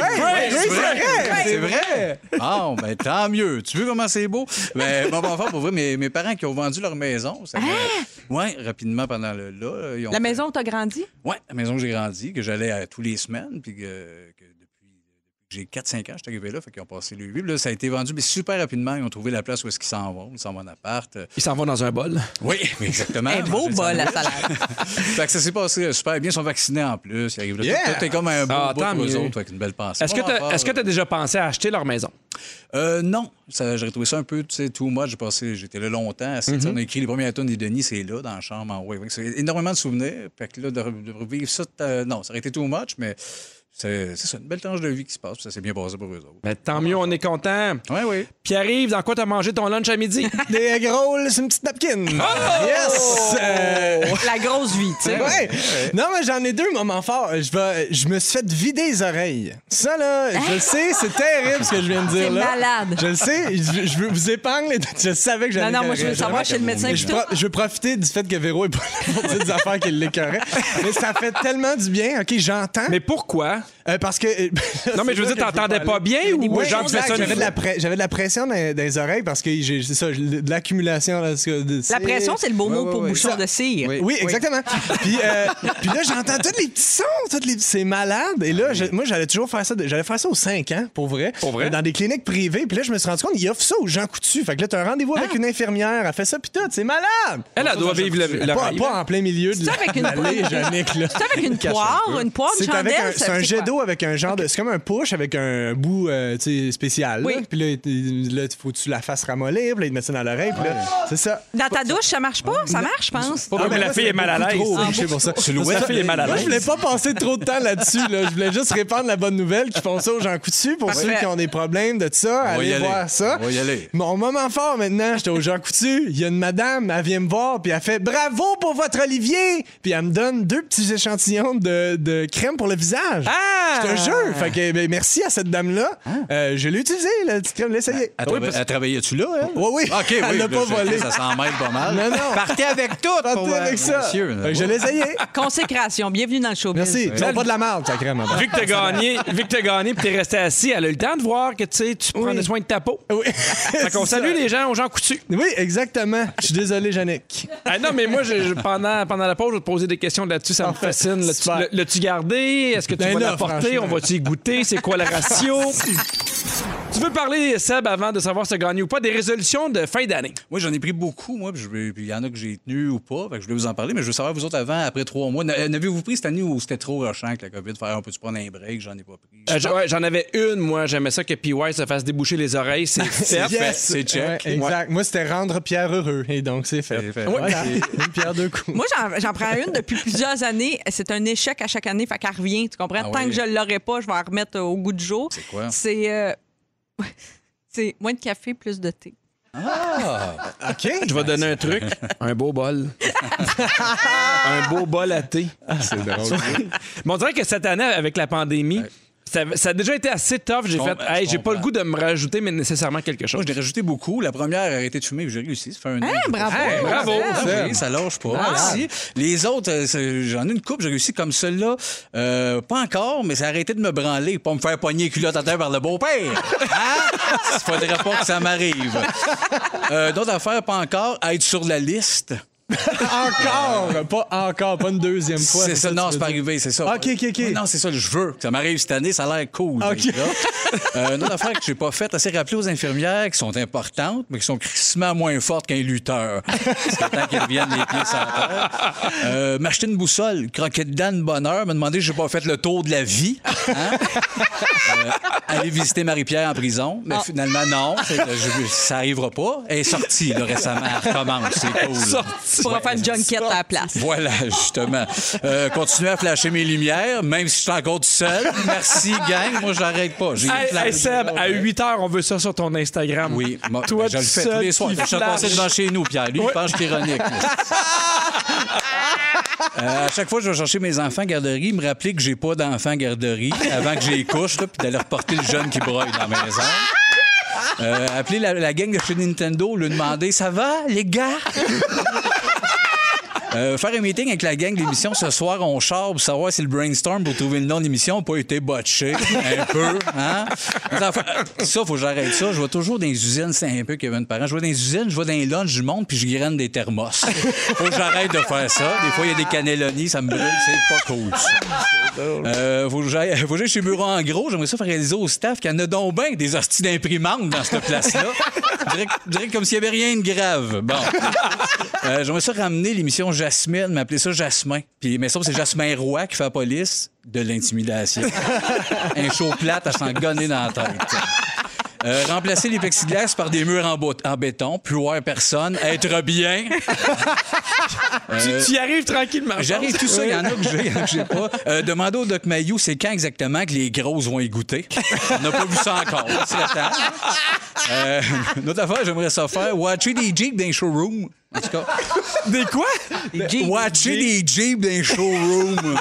Craig! Ouais, Oui, c'est c'est vrai, vrai. c'est vrai. Ah, ben tant mieux. Tu veux comment c'est beau? Ben, bon, bon, fort, pour vrai, mes, mes parents qui ont vendu leur maison. ça fait- euh, Ouais, rapidement pendant le là. euh, ils ont La fait- maison où t'as grandi? Ouais, la maison que j'ai grandi, que j'allais à tous les semaines, puis que, que depuis, depuis que j'ai 4-5 ans, je suis arrivé là, fait qu'ils ont passé le 8. Puis Là, ça a été vendu, mais super rapidement. Ils ont trouvé la place où est-ce qu'ils s'en vont. Ils s'en vont en appart. Ils s'en vont dans un bol. Oui, exactement. Un beau Manger le bol, la sandwich. salade. fait que ça s'est passé euh, super bien. Ils sont vaccinés en plus. Ils arrivent là. Yeah! Tout, tout est comme un beau Ah, bout tant pour eux mieux. autres, avec une belle pensée. Est-ce que Bon rapport, t'as est-ce que là. t'as déjà pensé à acheter leur maison? Euh, non, ça, j'aurais trouvé ça un peu, tu sais, tout moi, j'ai passé, j'étais là longtemps. Mhm. assis, tu sais, On a écrit les premières tonnes des Denis, c'est là, dans la chambre, en haut. Fait que C'est énormément de souvenirs. Fait que là, de, re- de revivre ça, t'as- non, ça aurait été too much, mais c'est, c'est ça, une belle tranche de vie qui se passe, puis ça s'est bien passé pour eux autres. Ben, tant mieux, on est content. Oui, oui. Pierre-Yves, dans quoi t'as mangé ton lunch à midi? Des egg rolls, c'est une petite napkin. Yes! Euh, La grosse vie, tu sais. ouais. Non, mais j'en ai deux moments forts. Je, vais, je me suis fait vider les oreilles. Ça, là, je le sais, c'est terrible ce que je viens de dire. C'est là. malade. Je le sais, je, je veux vous épingler. Je savais que j'allais Non, non, le moi, je veux corriger. savoir chez le médecin. Mais je, pro- je veux profiter du fait que Véro est pas là pour dire des affaires qui l'écœuraient. Mais ça fait tellement du bien. OK, j'entends. Mais pourquoi? Euh, parce que. Non, mais je veux dire, t'entendais pas bien ou Oui, genre tu fais exact. ça une J'avais de, la fois? pre- j'avais de la pression dans, dans les oreilles parce que j'ai c'est ça, j'ai de l'accumulation. là, ce que- de- La pression, c'est le beau Ouais, mot ouais, pour ouais. bouchon Ça- de cire. Oui. Oui, exactement. puis, euh, puis là, j'entends tous les petits sons, tous les c'est malade. Et là, je- moi, j'allais toujours faire ça. de- J'allais faire ça aux 5 ans, pour vrai. Ah, Pour vrai? Euh, Dans des cliniques privées. Puis là, je me suis rendu compte, ils offrent ça aux gens coutus. Fait que là, t'as un rendez-vous avec une infirmière, elle fait ça, puis tout, c'est malade. Ah! Elle, elle doit vivre le, le Pas, rêve. pas en plein milieu de C'est la- avec une l'allée, poire. Yannick, là. C'est avec une Cache un poire, peu. une poire, une C'est avec chandelle, un- ça- C'est un c'est jet quoi? d'eau avec un genre de. C'est comme un push avec un bout euh, tu sais, spécial. là. Oui. Puis là, il- là, faut que tu la fasses ramollir, puis là, ils te mettent ça dans l'oreille, puis là, c'est ça. Dans ta douche, ça marche pas? Ça marche, je pense. Ah, Pas parce mais que la moi, fille c'est est mal à beaucoup l'aise. trop riche, c'est pour ça. La fille est mal à Moi, je l'aise. voulais pas passer trop de temps là-dessus. Là. Je voulais juste répandre la bonne nouvelle qui font ça aux gens coutus. Pour ceux Parfait. qui ont des problèmes de ça, va y allez aller. voir ça. On va y aller. Mon moment fort maintenant, j'étais aux gens coutus. Il y a une madame, elle vient me voir, puis elle fait bravo pour votre Olivier. Puis elle me donne deux petits échantillons de, de crème pour le visage. Ah! C'est un jeu. Fait que, ben, merci à cette dame-là. Ah. Euh, je l'ai utilisé, la petite crème, l'essayer. Elle, trava- elle travaillait-tu là, hein? elle? euh, Oui, oui. Ah, OK, oui. Elle l'a là, pas je- volé. Ça s'en mêle pas mal. Non, non. Partez avec tout. Partez pour, euh, avec ça. monsieur. Fait que je l'ai essayé. Consécration, bienvenue dans le showbiz. Merci. Tu pas de la marde, ta crème. en hein. bas. Vu que t'as gagné, vu que t'as gagné puis t'es resté assis, elle a eu le temps de voir que tu sais, tu prenais soin de ta peau. Oui. Fait qu'on salue les gens aux gens coutus. Oui, exactement. Je suis désolé, Yannick. Ah non, mais moi, je- je- pendant, pendant la pause, je vais te poser des questions là-dessus. Ça me Parfait. fascine. L'as-tu- Super. L'as-tu gardé? Est-ce que tu Ben vas là, l'apporter? franchement. On va-tu y goûter? C'est quoi le ratio? tu veux parler, Seb, avant de savoir si tu gagné ou pas, des résolutions de fin d'année? Moi, j'en ai pris beaucoup, moi, puis je vais- puis il y en a que j'ai tenu ou pas. Fait que je voulais vous en parler, mais je veux savoir, vous autres, avant, après trois mois, n'a- n'avez-vous pris cette année où c'était trop rushant avec la COVID? Faire, on peut-tu prendre un break? J'en ai pas pris. Euh, j- ouais, J'en avais une, moi. J'aimais ça que PY se fasse déboucher les oreilles. C'est fait. c'est Ouais, check. exact. Moi, c'était rendre Pierre heureux. Et donc, c'est fait. C'est fait. Voilà. Une pierre deux coups. Moi, j'en- j'en prends une depuis plusieurs années. C'est un échec à chaque année, fait qu'elle revient. Tu comprends? Ah Tant oui. que je ne l'aurai pas, je vais la remettre euh, au goût du jour. C'est quoi? C'est euh, c'est moins de café, plus de thé. OK. Je vais donner un truc. Un beau bol. un beau bol à thé. C'est drôle. Mais on dirait que cette année, avec la pandémie, ça, ça a déjà été assez tough. J'ai Je fait, comprends, hey, je j'ai pas le comprends. goût de me rajouter, mais nécessairement quelque chose. Moi, je l'ai rajouté beaucoup. La première, arrêter de fumer, j'ai réussi. Ça fait Hein? un an. que j'ai pas bravo! fumé. bravo, Ah Seb. oui, Hein, ça lâche pas. Merci. Les autres, euh, c'est- j'en ai une coupe, j'ai réussi comme celle-là. Euh, pas encore, mais c'est arrêter de me branler, pas me faire pogner les culottes à terre par le beau-père. Hein? Il faudrait pas que ça m'arrive. Euh, D'autres affaires, pas encore, être sur la liste. encore. Pas encore. Pas une deuxième fois. C'est ça, que non, tu c'est veux pas dire. arrivé, c'est ça. Ok, ok, ok. Oui, Non, c'est ça, je veux que ça m'arrive cette année, ça a l'air cool. Ok. d'être là. Euh, une autre affaire que j'ai pas faite, c'est rappeler aux infirmières qui sont importantes, mais qui sont crissement moins fortes qu'un lutteur. C'est temps qu'elles reviennent les pieds sans terre. Euh, M'acheter une boussole, croquer dedans de bonheur, me demander si j'ai pas fait le tour de la vie. hein. Euh, aller visiter Marie-Pierre en prison, Ah. mais finalement, non, c'est- je- ça arrivera pas. Elle est sortie là, récemment, elle recommence, c'est cool. Tu pourras faire une junket à la place. Voilà, justement. Euh, continuez à flasher mes lumières, même si je suis encore tout seul. Merci, gang. Moi, j'arrête pas. J'ai Hey, plein hey, de- Seb, à 8 h, on veut ça sur ton Instagram. Oui, moi, Toi, je le tout fais seul tous les soirs. qui Je suis flash. passé devant chez nous, Pierre. Lui, il pense que je suis ironique. Euh, à chaque fois, je vais chercher mes enfants à garderie, me rappeler que j'ai pas d'enfants garderie avant que j'ai les couche, là, puis d'aller reporter le jeune qui broille dans la maison. Euh, appeler la, la gang de chez Nintendo, lui demander Ça va, les gars Euh, faire un meeting avec la gang d'émission ce soir, on char pour savoir si le brainstorm pour trouver le nom de l'émission n'a pas été botché un peu. Hein? Attends, faut- Ça, faut que j'arrête ça. Je vois toujours dans les usines, c'est un peu Kevin Parent. Je vais dans les usines, je vais dans les lunchs du monde, puis je graine des thermos. faut que j'arrête de faire ça. Des fois, il y a des cannelloni, ça me brûle, c'est pas cool. ça. Euh, faut que j'aille faut que j'aille chez Bureau en gros. J'aimerais ça faire réaliser au staff qu'il y en a donc bien des hosties d'imprimantes dans cette place-là. Direct, direct comme s'il n'y avait rien de grave. Bon. Euh, J'aimerais ça ramener l'émission Jasmine, m'appeler ça Jasmin. Puis, mais ça, c'est Jasmin Roy qui fait la police de l'intimidation. Un show plate à s'en gonner dans la tête. Euh, remplacer les plexiglas par des murs en, bo- en béton, plus voir personne, être bien. Tu y arrives tranquillement. J'arrive tout ça, il y en a que j'ai, que j'ai pas. Euh, demandez au Doc Mayou, c'est quand exactement que les grosses vont y goûter. On n'a pas vu ça encore. C'est le temps. Euh, une autre affaire, j'aimerais ça faire. Watcher des Jeeps dans les showrooms. En tout cas. Des quoi? Watcher des Jeeps dans les showrooms.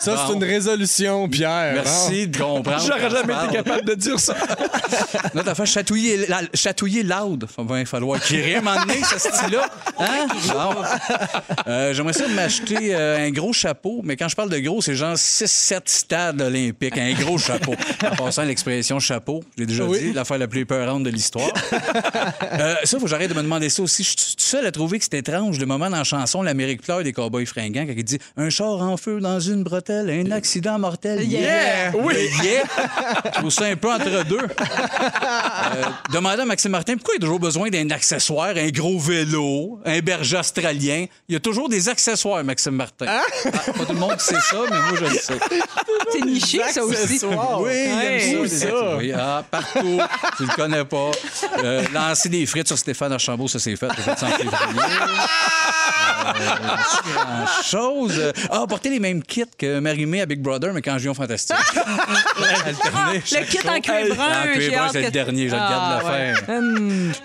Ça, c'est une résolution, Pierre. Merci de comprendre. J'aurais jamais été capable. capable de dire ça. Notre affaire, chatouiller, la- chatouiller loud. Il va bien falloir qu'il rime en nez, ce style-là. Hein? Bon. Euh, J'aimerais ça m'acheter euh, un gros chapeau, mais quand je parle de gros, c'est genre 6-7 stades olympiques. Un gros chapeau. En passant l'expression chapeau, je l'ai déjà Oui. dit, l'affaire la plus épeurante de l'histoire. Euh, ça, faut que j'arrête de me demander ça aussi. Je suis tout seul à trouver que c'est étrange le moment dans la chanson L'Amérique pleure des cowboys fringants quand il dit Un char en feu dans une bretelle, un accident mortel. Yeah. Oui! Yeah! Je trouve ça un peu entre deux. Euh, demandez à Maxime Martin pourquoi il y a toujours besoin d'un accessoire, un gros vélo, un berger australien. Il y a toujours des accessoires, Maxime Martin. Hein? Ah, pas tout le monde sait ça, mais moi, je le sais. C'est niché, hein. ça aussi. Oui, il aime Où ça. les ça? accessoires. Oui, ah, partout. tu le connais pas. Euh, lancer des frites sur Stéphane Archambault, ça c'est fait. le 25 février. Euh, c'est grand-chose. Ah, porter les mêmes kits que Marimé à Big Brother, mais quand Gion Fantastique. Alterner Le chaque kit en jour. cuir brun, En cuir j'ai brun, hâte c'est que- le dernier, je le garde Ah, ouais. l'affaire.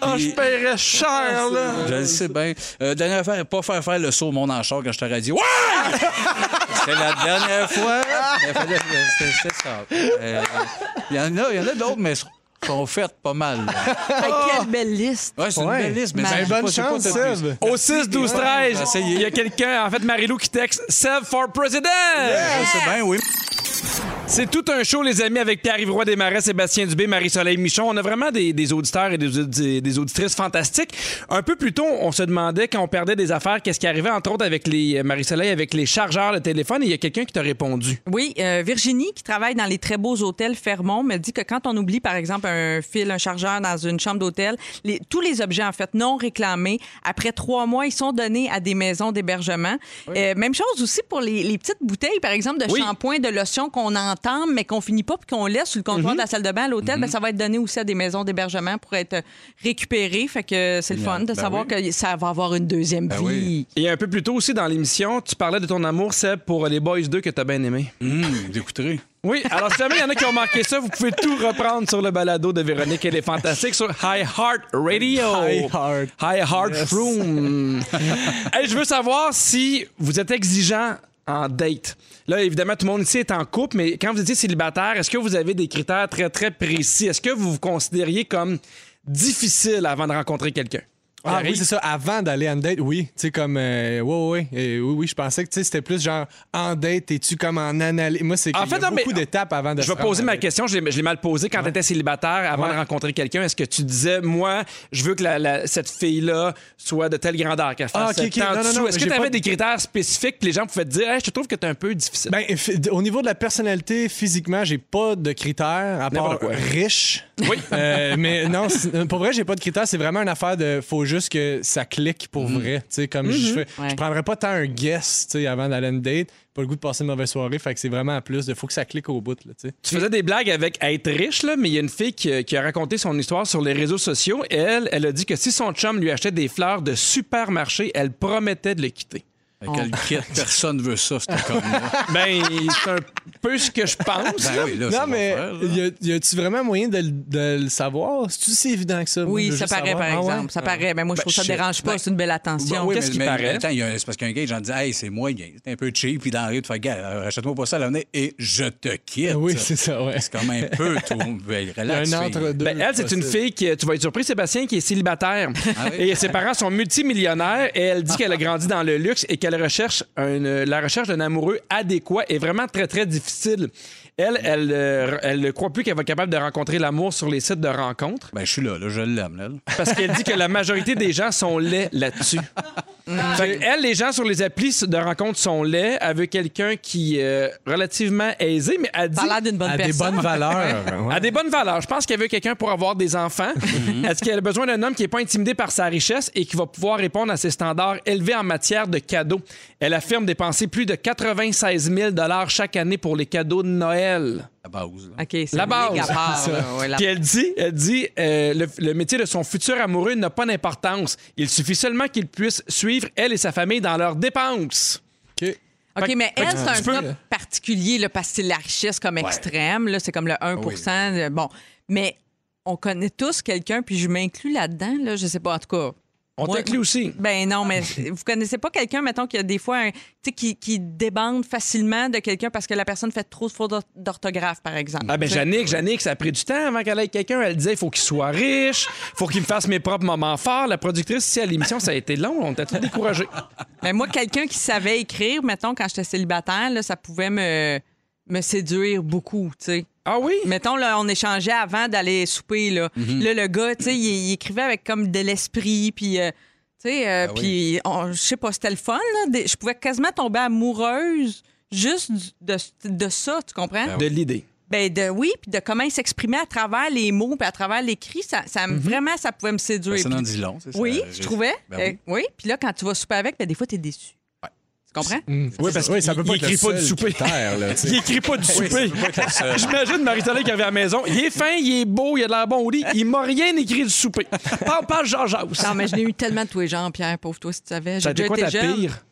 Ah, je Puis- paierais cher, là. Je le sais bien. Euh, dernière affaire, pas faire faire le saut au monde en char quand je t'aurais dit Ouais! C'était la dernière fois. Mais fallait- C'était c'était ça. Euh, Il y en a, il y en a d'autres, mais elles sont faites pas mal. là. Fait quelle belle liste. Ouais, c'est Ouais. une belle liste, mais Ben, c'est bonne pas- c'est pas chance, cette liste. Seb. Au 6, 12, Ouais, 13, essayez. il y a quelqu'un, en fait, Marilou qui texte Save for President! Je sais bien, oui. C'est tout un show, les amis, avec Pierre-Yves Roy Desmarais, Sébastien Dubé, Marie-Soleil Michon. On a vraiment des, des auditeurs et des, audi- des auditrices fantastiques. Un peu plus tôt, on se demandait, quand on perdait des affaires, qu'est-ce qui arrivait, entre autres, avec les euh, Marie-Soleil, avec les chargeurs de téléphone. Et il y a quelqu'un qui t'a répondu. Oui, euh, Virginie, qui travaille dans les très beaux hôtels Fermont, me dit que quand on oublie, par exemple, un fil, un chargeur dans une chambre d'hôtel, les- tous les objets, en fait, non réclamés, après trois mois, ils sont donnés à des maisons d'hébergement. Euh, même chose aussi pour les, les petites bouteilles, par exemple, de Oui. shampoing, de lotion qu'on entame, mais qu'on finit pas puis qu'on laisse sur le comptoir de la salle de bain à l'hôtel, ben, ça va être donné aussi à des maisons d'hébergement pour être euh, récupéré. Fait que c'est le fun de Ben savoir que ça va avoir une deuxième Ben vie. oui. Et un peu plus tôt aussi dans l'émission, tu parlais de ton amour, Seb, pour les Boys 2 que t'as bien aimé. Hum, d'écouter. Oui, alors si jamais il y en a qui ont manqué ça, vous pouvez tout reprendre sur le balado de Véronique et les Fantastiques sur High Heart Radio. High Heart. High Heart Room. Hey, je veux savoir si vous êtes exigeant en date. Là, évidemment, tout le monde ici est en couple, mais quand vous étiez célibataire, est-ce que vous avez des critères très, très précis? Est-ce que vous vous considériez comme difficile avant de rencontrer quelqu'un? Ah Pierre-Yves? oui, c'est ça. Avant d'aller en date, oui. Tu sais, comme. euh, ouais, ouais, euh, oui, oui. Je pensais que tu sais, c'était plus genre en date, es-tu comme en analyse. Moi, c'est qu'il En y fait, a non, mais- beaucoup d'étapes avant de Je vais se rendre poser en ma date. question, je l'ai je l'ai mal posée quand tu étais célibataire avant de rencontrer quelqu'un. Est-ce que tu disais, moi, je veux que la- la- cette fille-là soit de telle grandeur qu'elle Ah, fasse ok, ok. tant de Non, non, sous? non, Est-ce que j'ai tu avais pas- des critères spécifiques que les gens pouvaient te dire, Hey, je te trouve que tu es un peu difficile? Ben, fi- au niveau de la personnalité, physiquement, j'ai pas de critères à part N'importe quoi. riche. Oui. Euh, mais non, c'est- pour vrai, j'ai pas de critères. C'est vraiment une affaire de. Faut juste que ça clique pour Mm-hmm. vrai. Tu sais, comme je fais. Ouais. Je prendrais pas tant un guess, tu sais, avant d'aller en date. Pas le goût de passer une mauvaise soirée. Fait que c'est vraiment à plus de. Faut que ça clique au bout, là, tu sais. tu faisais des blagues avec être riche, là, mais il y a une fille qui, qui a raconté son histoire sur les réseaux sociaux. Elle, elle a dit que si son chum lui achetait des fleurs de supermarché, elle promettait de le quitter. Quel kit? Personne veut ça, cette conne-là. Ben, c'est un peu ce que je pense. Ben oui, là, c'est Non, mais l'enfer, là. y a- y a-tu vraiment moyen de, le- de le savoir? C'est-tu si évident que ça? Moi, je Oui, veux ça juste paraît, savoir. par Ah ouais? exemple. Ça paraît. Mais moi, je Ben, trouve ça shit. dérange pas. Ben, c'est une belle attention. Bah oui, Qu'est-ce mais- qui mais paraît? attends, il y a un- c'est parce qu'un gars, j'en dis, hey, c'est moi, il est un peu cheap, puis dans la rue, tu fais, gars, euh, achète-moi pas ça à l'avenir et je te quitte. Oui, c'est ça, ouais. C'est comme un peu tout. Ben, Il y a relax, un fille. entre-deux. Ben, elle, c'est une possible. fille qui, tu vas être surpris, Sébastien, qui est célibataire. Ah oui? Et ses parents sont multimillionnaires et elle dit qu'elle a grandi dans le luxe et qu'elle recherche une- la recherche d'un amoureux adéquat est vraiment très, très difficile. Elle, elle, euh, elle ne croit plus qu'elle va être capable de rencontrer l'amour sur les sites de rencontres Ben, je suis là, là, je l'aime, là. parce qu'elle dit que la majorité des gens sont laids là-dessus. Mm. Fait que elle, les gens sur les applis de rencontres sont laids. Elle veut quelqu'un qui est relativement aisé, mais elle dit Ça a l'air d'une bonne À des personne. bonnes valeurs. ouais. a des bonnes valeurs. Je pense qu'elle veut quelqu'un pour avoir des enfants. Mhm. Est-ce qu'elle a besoin d'un homme qui n'est pas intimidé par sa richesse et qui va pouvoir répondre à ses standards élevés en matière de cadeaux? Elle affirme dépenser plus de 96 000 chaque année pour les cadeaux de Noël. La base, là. OK, c'est La une méga base. part, là. Ouais, la- Puis elle dit, elle dit euh, le, le métier de son futur amoureux n'a pas d'importance. Il suffit seulement qu'il puisse suivre elle et sa famille dans leurs dépenses. OK. OK, mais fait que elle, c'est un tu peux- cas particulier là, parce que c'est la richesse comme extrême. là, C'est comme le 1 euh, de- Bon, mais on connaît tous quelqu'un, puis je m'inclus là-dedans. Là, je sais pas, en tout cas. On Moi- t'inclut aussi. Ben non, mais vous connaissez pas quelqu'un, mettons, qui a des fois, un- tu sais, qui, qui débande facilement de quelqu'un parce que la personne fait trop de fautes d'or- d'orthographe, par exemple. Ah ben Tu sais. Jannick, Jannick, ça a pris du temps avant qu'elle aille quelqu'un. Elle disait, il faut qu'il soit riche, faut qu'il me fasse mes propres moments forts. La productrice ici à l'émission, ça a été long, on t'a tout découragé. Ben, moi, quelqu'un qui savait écrire, mettons, quand j'étais célibataire, là, ça pouvait me, me séduire beaucoup, tu sais. Ah oui? Mettons, là, on échangeait avant d'aller souper, là. Là, le gars, tu sais, il, il écrivait avec comme de l'esprit, puis... euh, tu sais, euh, Ah oui. puis on- je sais pas, c'était le fun, là. Des- Je pouvais quasiment tomber amoureuse juste du- de, de ça, tu comprends? Ah De l'idée. Ben de oui, puis de comment il s'exprimait à travers les mots puis à travers l'écrit, ça, ça me- vraiment ça pouvait me séduire. Ça n'en Puis- dit long. tu sais, ça- oui, j'ai- je trouvais. Ben Euh, oui. oui, puis là quand tu vas souper avec, ben des fois t'es déçu. Tu comprends Oui, parce que ça peut pas il être écrit le pas seul du souper. critère, là, tu sais. Il écrit pas du souper. J'imagine Marie-Soleil qui arrive à la maison. Il est fin, il est beau, il a de l'air bon au lit. Il m'a rien écrit du souper. Parle pas Georges House. Non, mais je n'ai eu tellement de tous les gens, Pierre, pauvre toi si tu savais, Ça a j'ai été déjà quoi ta été jeune. pire?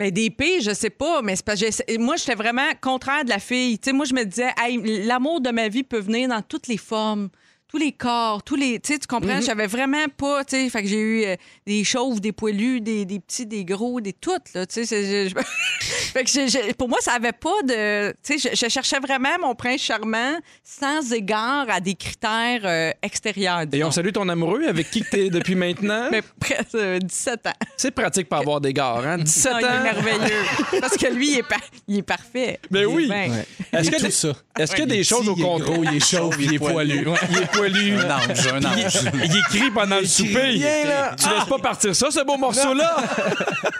Ben, des pires, je sais pas, mais c'est parce que j'essa- moi, j'étais vraiment contraire de la fille. Tu sais, moi, je me disais, Hey, l'amour de ma vie peut venir dans toutes les formes, tous les corps, tous les. Tu sais, tu comprends? Mm-hmm. J'avais vraiment pas. Tu sais, fait que j'ai eu euh, des chauves, des poilus, des, des petits, des gros, des toutes, là. Tu sais, c'est- je- je- fait que j'ai- j'ai- pour moi, ça avait pas de. Tu sais, je, je cherchais vraiment mon prince charmant sans égard à des critères euh, extérieurs. Et disons. on salue ton amoureux avec qui tu es depuis maintenant. Mais presque euh, 17 ans. C'est pratique pas avoir des gars, hein? 17 Non, il est ans. merveilleux. Parce que lui, il est, par- il est parfait. Ben Il est oui. bien. Il Est-ce est que tout des- ça. Est-ce qu'il y a Il des est choses au petit, il est contrat? gros, il est chauve, il est poilu. Ouais. Il est poilu. Un ange, un ange. Il écrit pendant le souper. Tu laisses pas partir ça, ce beau morceau-là.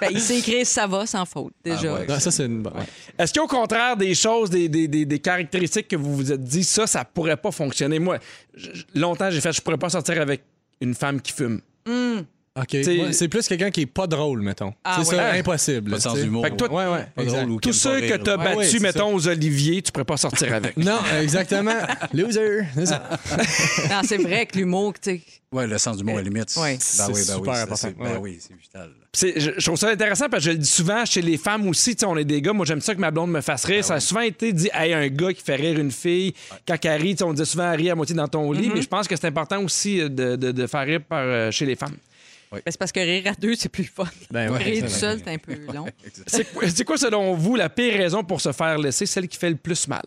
Ben, il s'est écrit ça va sans faute déjà. Non, ça, c'est une. Ah, ouais. Est-ce qu'au contraire des choses, des, des- des- des caractéristiques que vous vous êtes dit, ça, ça pourrait pas fonctionner? Moi, je- je- longtemps, j'ai fait, je pourrais pas sortir avec une femme qui fume. OK. T'sais- Moi, C'est plus quelqu'un qui est pas drôle, mettons. Ah, c'est ça, ouais. impossible. Pas de sens t'sais. d'humour. Fait que toi, Ouais, ouais. Pas exact. drôle ou tous qui aime ceux pas que rire, t'as ouais. Ouais, ouais, battus, c'est mettons, aux oliviers, tu pourrais pas sortir avec. Non, exactement. Loser. C'est ça. Non, c'est vrai que l'humour, tu sais. Ouais, le sens du mot à la limite. Ouais. Ben oui, ben oui, C'est c'est super important. c'est- Ben Ouais. oui, c'est vital. Puis c'est- je, je trouve ça intéressant parce que je le dis souvent chez les femmes aussi, tu sais, on est des gars, moi j'aime ça que ma blonde me fasse rire. ça a souvent été dit, hey, un gars qui fait rire une fille, quand elle rit, tu sais, on dit souvent elle rit à moitié dans ton lit, mais je pense que c'est important aussi euh, de, de- de faire rire par, euh, chez les femmes. Ben, c'est parce que rire à deux, c'est plus fun. Ben ouais, rire tout ça, seul, c'est un peu long. C'est quoi- c'est quoi, selon vous, la pire raison pour se faire laisser, celle qui fait le plus mal?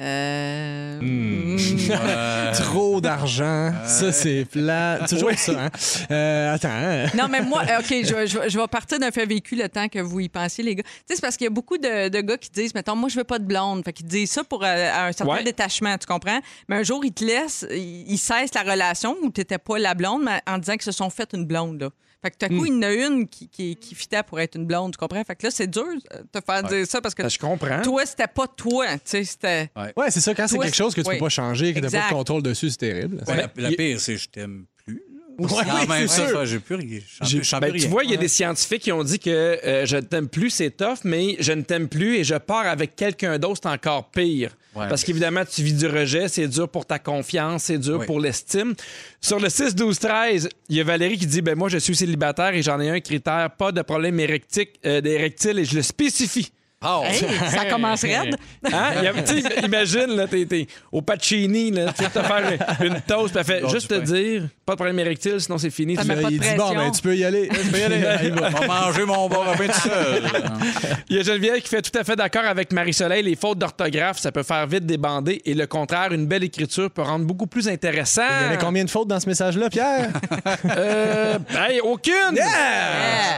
Euh... Hmm. mm. Euh, Trop d'argent. Ça, c'est plat. Toujours ça, hein? Euh, attends. hein? Non, mais moi, euh, OK, je, vais- je vais- je vais partir d'un fait vécu le temps que vous y pensiez, les gars. Tu sais, c'est parce qu'il y a beaucoup de, de gars qui disent, mettons, moi, je veux pas de blonde. Fait qu'ils disent ça pour euh, un certain Ouais. détachement, tu comprends? Mais un jour, ils te laissent, ils, ils cessent la relation où t'étais pas la blonde, mais en disant qu'ils se sont fait une blonde, là. Fait que tout à coup, il y en a une qui, qui, qui fitait pour être une blonde, tu comprends? Fait que là, c'est dur euh, de te faire dire ça parce que Ben, je comprends. toi, c'était pas toi, tu sais, c'était... Ouais, c'est ça. Quand c'est Toi, quelque chose que tu oui. peux pas changer, que t'as pas Exact. de contrôle dessus, c'est terrible. ben, Ouais. la, la pire, c'est je t'aime plus. là. Ouais, Quand oui, même, c'est ça, sûr. ça, j'ai plus rien. J'en J'ai- peux- j'en Ben, peux tu rien. vois, il y a des scientifiques qui ont dit que euh, je ne t'aime plus, c'est tough, mais je ne t'aime plus et je pars avec quelqu'un d'autre, c'est encore pire. Ouais. Parce qu'évidemment, tu vis du rejet, c'est dur pour ta confiance, c'est dur Oui. pour l'estime. Sur le 6, 12, 13, il y a Valérie qui dit ben Moi, je suis célibataire et j'en ai un critère, pas de problème érectique, euh, d'érectile et je le spécifie. Ah, Hey, ça commence raide. Hein? Il y a- tu sais, imagine, là, t'es, t'es au Pacini, là, tu sais, te faire une toast, puis elle fait Bon, juste te du pain. dire, pas de problème érectile, sinon c'est fini. Ça tu met vas- pas de Il dit, bon, pression. ben, tu peux y aller. Tu peux y aller. Il va. On va manger mon bar à pain tout seul. Il y a Geneviève qui fait tout à fait d'accord avec Marie-Soleil. Les fautes d'orthographe, ça peut faire vite débander. Et le contraire, une belle écriture peut rendre beaucoup plus intéressant. Il y avait combien de fautes dans ce message-là, Pierre? Euh, hey, aucune! Eh,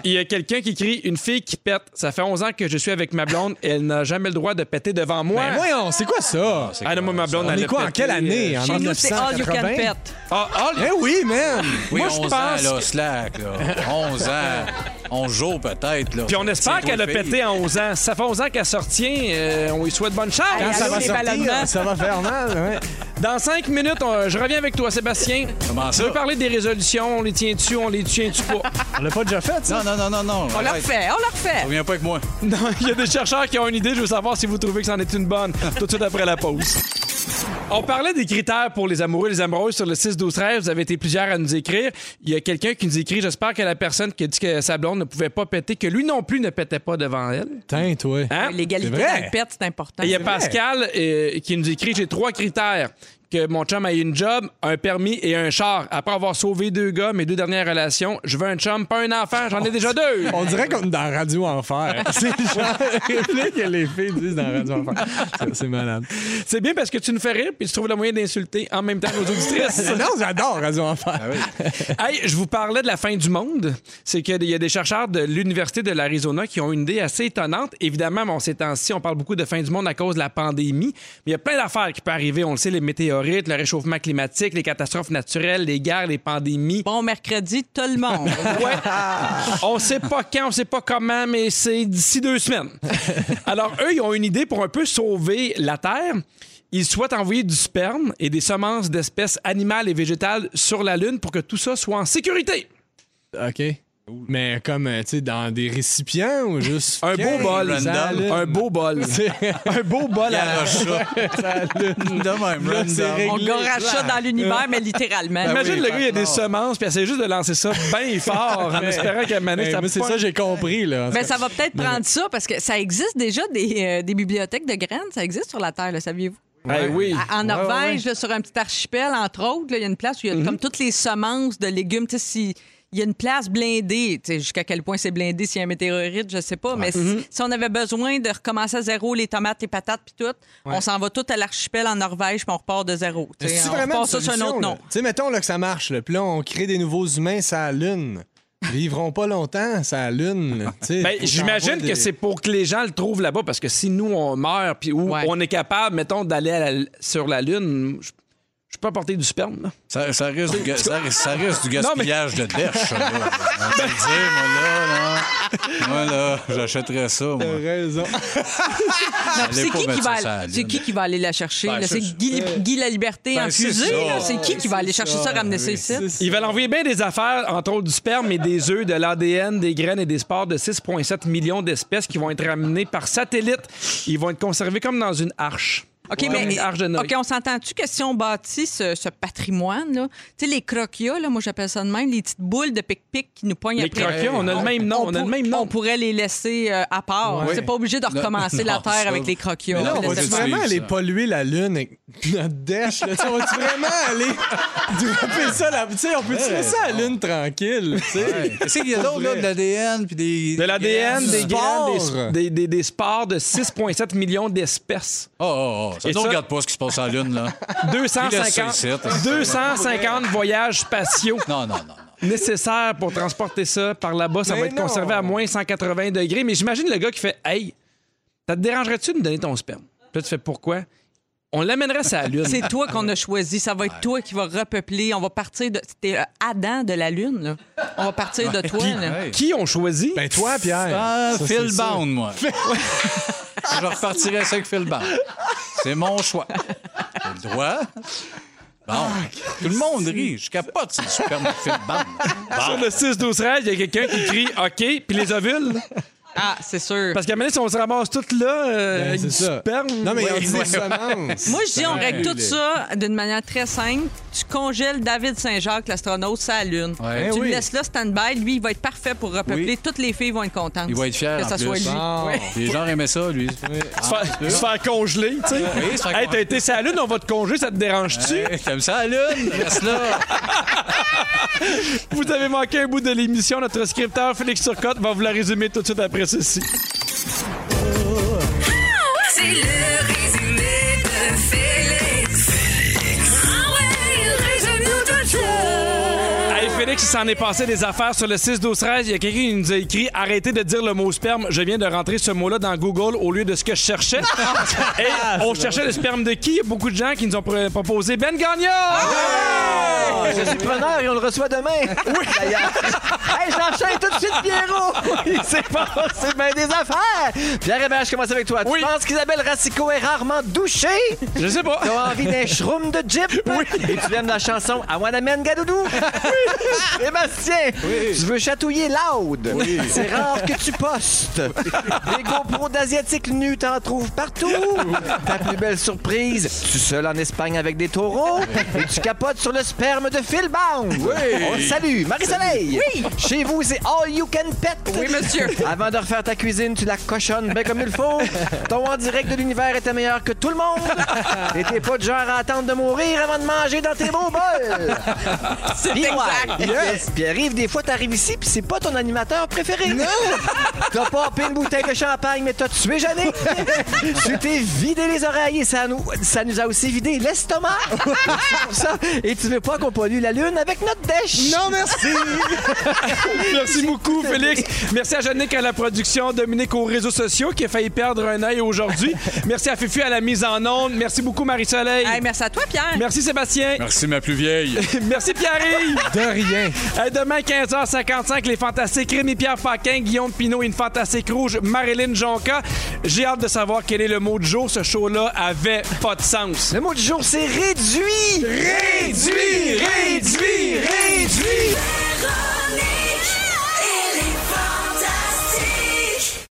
Il y a quelqu'un qui écrit Une fille qui pète. Ça fait 11 ans que je suis avec ma blonde. Elle n'a jamais le droit de péter devant moi. Ben voyons, c'est quoi ça? ah non, moi, ma blonde, On elle est a quoi, en pété, quelle euh, année? En Chez nous, c'est all you can 1980? pet. Ah, ah, Eh oui, man! Oui, Moi, je 11 pense ans, là, que- slack, là. 11 ans. 11 jours, peut-être, là. Puis on espère C'est qu'elle a toi, fille. pété en 11 ans. Ça fait 11 ans qu'elle sortient. euh, on lui souhaite bonne chance. Hey, Quand ça allô, va les sortir, ballonnements. ça va faire mal, ouais. Dans cinq minutes, on- je reviens avec toi, Sébastien. Comment Je ça? veux parler des résolutions. On les tient-tu, on les tient-tu pas? On l'a pas déjà fait, ça? Non, non, non, non, non. On l'a arrête. refait, on l'a refait. Reviens pas avec moi. Non, il y a des chercheurs qui ont une idée. Je veux savoir si vous trouvez que c'en est une bonne tout de suite après la pause. On parlait des critères pour les amoureux et les amoureuses sur le 6 12 13 Vous avez été plusieurs à nous écrire. Il y a quelqu'un qui nous écrit J'espère que la personne qui a dit que sa blonde ne pouvait pas péter, que lui non plus ne pétait pas devant elle. Putain, toi. Hein? L'égalité C'est vrai. dans le pet, c'est important. Et il y a vrai. Pascal euh, qui nous écrit J'ai trois critères. que mon chum ait une job, un permis et un char. Après avoir sauvé deux gars, mes deux dernières relations, je veux un chum, pas un enfant, j'en ai déjà deux. On dirait comme dans Radio Enfer. C'est le genre de réplique que les filles disent dans Radio Enfer. C'est- C'est malade. C'est bien parce que tu nous fais rire puis tu trouves le moyen d'insulter en même temps nos auditrices. Non, j'adore Radio Enfer. Ah Hey, je vous parlais de la fin du monde. C'est qu'il y a des chercheurs de l'Université de l'Arizona qui ont une idée assez étonnante. Évidemment, bon, ces temps-ci, on parle beaucoup de fin du monde à cause de la pandémie, mais il y a plein d'affaires qui peuvent arriver. On le sait, les météorites, le réchauffement climatique, les catastrophes naturelles, les guerres, les pandémies. Bon mercredi, tout le monde. Ouais. On sait pas quand, on sait pas comment, mais c'est d'ici deux semaines. Alors, eux, ils ont une idée pour un peu sauver la Terre. Ils souhaitent envoyer du sperme et des semences d'espèces animales et végétales sur la Lune pour que tout ça soit en sécurité. OK. Mais comme, euh, tu sais, dans des récipients ou juste. Un beau bol. Random. Un beau bol. un beau bol à la De même, Là, c'est random. réglé. Ben On gorage ça dans l'univers, mais littéralement. Imagine Ah oui, le gars, il y a des semences, puis essaie juste de lancer ça bien fort en espérant qu'à un moment donné, Hey, ça moi, c'est pogne. ça, j'ai compris, là. Mais ça va peut-être prendre ça parce que ça existe déjà des, euh, des bibliothèques de graines, ça existe sur la Terre, le saviez-vous? Hey, oui. À- En Ouais, ouais, Norvège, ouais. là, sur un petit archipel, entre autres, là, il y a une place où il y a comme toutes les semences de légumes. Tu sais, si- il y a une place blindée. Tu sais, Jusqu'à quel point c'est blindé, s'il y a un météorite, je sais pas. Mais si- si, on avait besoin de recommencer à zéro les tomates, les patates, puis tout, on s'en va tout à l'archipel en Norvège, puis on repart de zéro. Tu sais, C'est on vraiment repart une ça sur un solution, autre là? nom. Tu sais, mettons là, que ça marche, là, puis là, on crée des nouveaux humains, ça lune. Ils vivront pas longtemps, ça lune. là, tu sais. Ben, Faut J'imagine t'envoies que des- c'est pour que les gens le trouvent là-bas, parce que si nous, on meurt, puis où Ouais. on est capable, mettons, d'aller à la- sur la Lune, je je peux apporter du sperme. là. Ça, ça risque du, ga- ça risque- ça risque du gaspillage de lèche, ça, là. On va le dire, moi, là, là. Moi, là, j'achèterais ça, moi. Euh, T'as raison. Non, puis Allez C'est pas qui mettre qui, va ça sur la aller, c'est Lune. qui qui va aller la chercher? Ben, là? c'est c'est ça. Guy, Guy la Liberté Ben, en c'est Ben, fusée? ça. là? C'est qui qui va aller chercher ça, ramener ça ici? Ils veulent envoyer bien des affaires, entre autres du sperme et des œufs, de l'ADN, des graines et des spores de 6,7 millions d'espèces qui vont être ramenées par satellite. Ils vont être conservés comme dans une arche. OK, Comme mais une arche de Noé. OK, on s'entend-tu que si on bâtit ce, ce patrimoine, là, tu sais, les croquia, là, moi j'appelle ça de même, les petites boules de pic-pic qui nous poignent Les après. croquis, on a le même nom, on a le pour- même nom. On pourrait les laisser euh, à part. C'est pas obligé de recommencer Non, la non, terre Ah, ça- avec les croquia. Mais là, Là, on Le va va laisse sépare- vraiment vivre, aller ça. polluer la Lune avec notre dèche? Là? Tu sais, on va vraiment aller dropper ça là? Tu sais, on peut-tu laisser la Lune tranquille? tu sais? Qu'est-ce qu'il y a d'autre, là, de l'ADN, puis des... De l'ADN, des Spores. graines, des, des, des- des spores de 6,7 millions d'espèces. Oh, oh, oh, ça Et ne ça- regarde pas ce qui se passe à la Lune, là. Il laisse ça 250, ici, 250 voyages spatiaux Non, non, non, non. nécessaires pour transporter ça par là-bas. Ça Mais va être non. conservé à moins 180 degrés. Mais j'imagine le gars qui fait Hey, ça te dérangerait-tu de me donner ton sperme? Puis là, tu fais pourquoi? On l'amènerait sur la Lune. C'est toi qu'on a choisi. Ça va être toi qui va repeupler. On va partir de. C'était euh, Adam de la Lune, là. On va partir de toi, là. Hey. Qui ont choisi? Ben, toi, Pierre. Ah, Ça, Phil c'est sûr. Bound, moi. Je repartirais ça avec Phil Bound. C'est mon choix. J'ai le droit. Bon. Tout le monde rit. Je capote sur le sperme de Phil Bound. Sur le 6, 12, 13, il y a quelqu'un qui crie OK, puis les ovules. Ah, c'est sûr. Parce qu'à un moment donné, si on se ramasse toutes là, euh, Ben, avec c'est du ça. sperme. Non, mais Ouais. on dit des semences. Moi, je dis, on règle tout ça d'une manière très simple. Tu congèles David Saint-Jacques, l'astronaute, sur la Lune. Ouais. Eh Tu oui. le laisses là, stand-by. Lui, il va être parfait pour repeupler. Oui. Toutes les filles vont être contentes. Il va être fier, Que en ça soit plus. lui. Ah. Ouais. Les gens aimaient ça, lui. se faire, se faire congeler, tu sais. Oui, se faire Hey, t'as congeler. été sur la lune, on va te congeler, ça te dérange-tu? Hey, T'aimes ça, à la Lune? Reste là. Vous avez manqué un bout de l'émission. Notre scripteur Félix Turcotte va vous la résumer tout de suite après ceci. C'est le résumé de Félix. Ah ouais, il résume tout ça. Hey Félix, il s'en est passé des affaires sur le 6-12-13. Il y a quelqu'un qui nous a écrit Arrêtez de dire le mot sperme. Je viens de rentrer ce mot-là dans Google au lieu de ce que je cherchais. Et on cherchait le sperme de qui Il y a beaucoup de gens qui nous ont pr- proposé Ben Gagnon Ah, Je suis preneur et on le reçoit demain. Oui. D'ailleurs. Hey, j'enchaîne tout de suite, Pierrot. Il s'est passé bien des affaires. Pierre Hébert, je commence avec toi. Oui. Tu penses qu'Isabelle Racicot est rarement douchée? Je sais pas. T'as envie d'un shroom de Jeep? Et tu aimes la chanson I Wanna Man Gadoudou? Sébastien, Eh ben, tu veux chatouiller loud. Oui. C'est rare que tu postes. Les GoPros d'Asiatiques nus, t'en trouves partout. Ta plus belle surprise, tu seul en Espagne avec des taureaux et tu capotes sur le sperme de Phil Bound. On le salue. Marie-Soleil. Oui. Chez vous, c'est all you can pet. Oui, monsieur. Avant de refaire ta cuisine, tu la cochonnes bien comme il le faut. Ton en direct de l'univers était meilleur que tout le monde. Et t'es pas du genre à attendre de mourir avant de manger dans tes beaux bols. C'est Puis exact. ouais. Yes. Puis arrive des fois, t'arrives ici, puis c'est pas ton animateur préféré. Non! T'as pas pris une bouteille de champagne, mais t'as tué Jeannette. tu t'es vidé les oreilles et ça nous, ça nous a aussi vidé l'estomac. C'est pour ça. Et tu veux pas qu'on pollue la lune avec notre dèche. Non, merci! Merci beaucoup, Félix. Merci à Jannick à la production, Dominique aux réseaux sociaux qui a failli perdre un œil aujourd'hui. Merci à Fifi à la mise en onde. Merci beaucoup, Marie-Soleil. Hey, merci à toi, Pierre. Merci, Sébastien. Merci, ma plus vieille. Merci, Pierre-Yves. De rien. À Euh, demain, 15h55, les Fantastiques Rémi Pierre Paquin, Guillaume Pinot, une Fantastique Rouge, Marilyn Jonca. J'ai hâte de savoir quel est le mot de jour. Ce show-là avait pas de sens. Le mot du jour, c'est réduit. Réduit, réduit, réduit!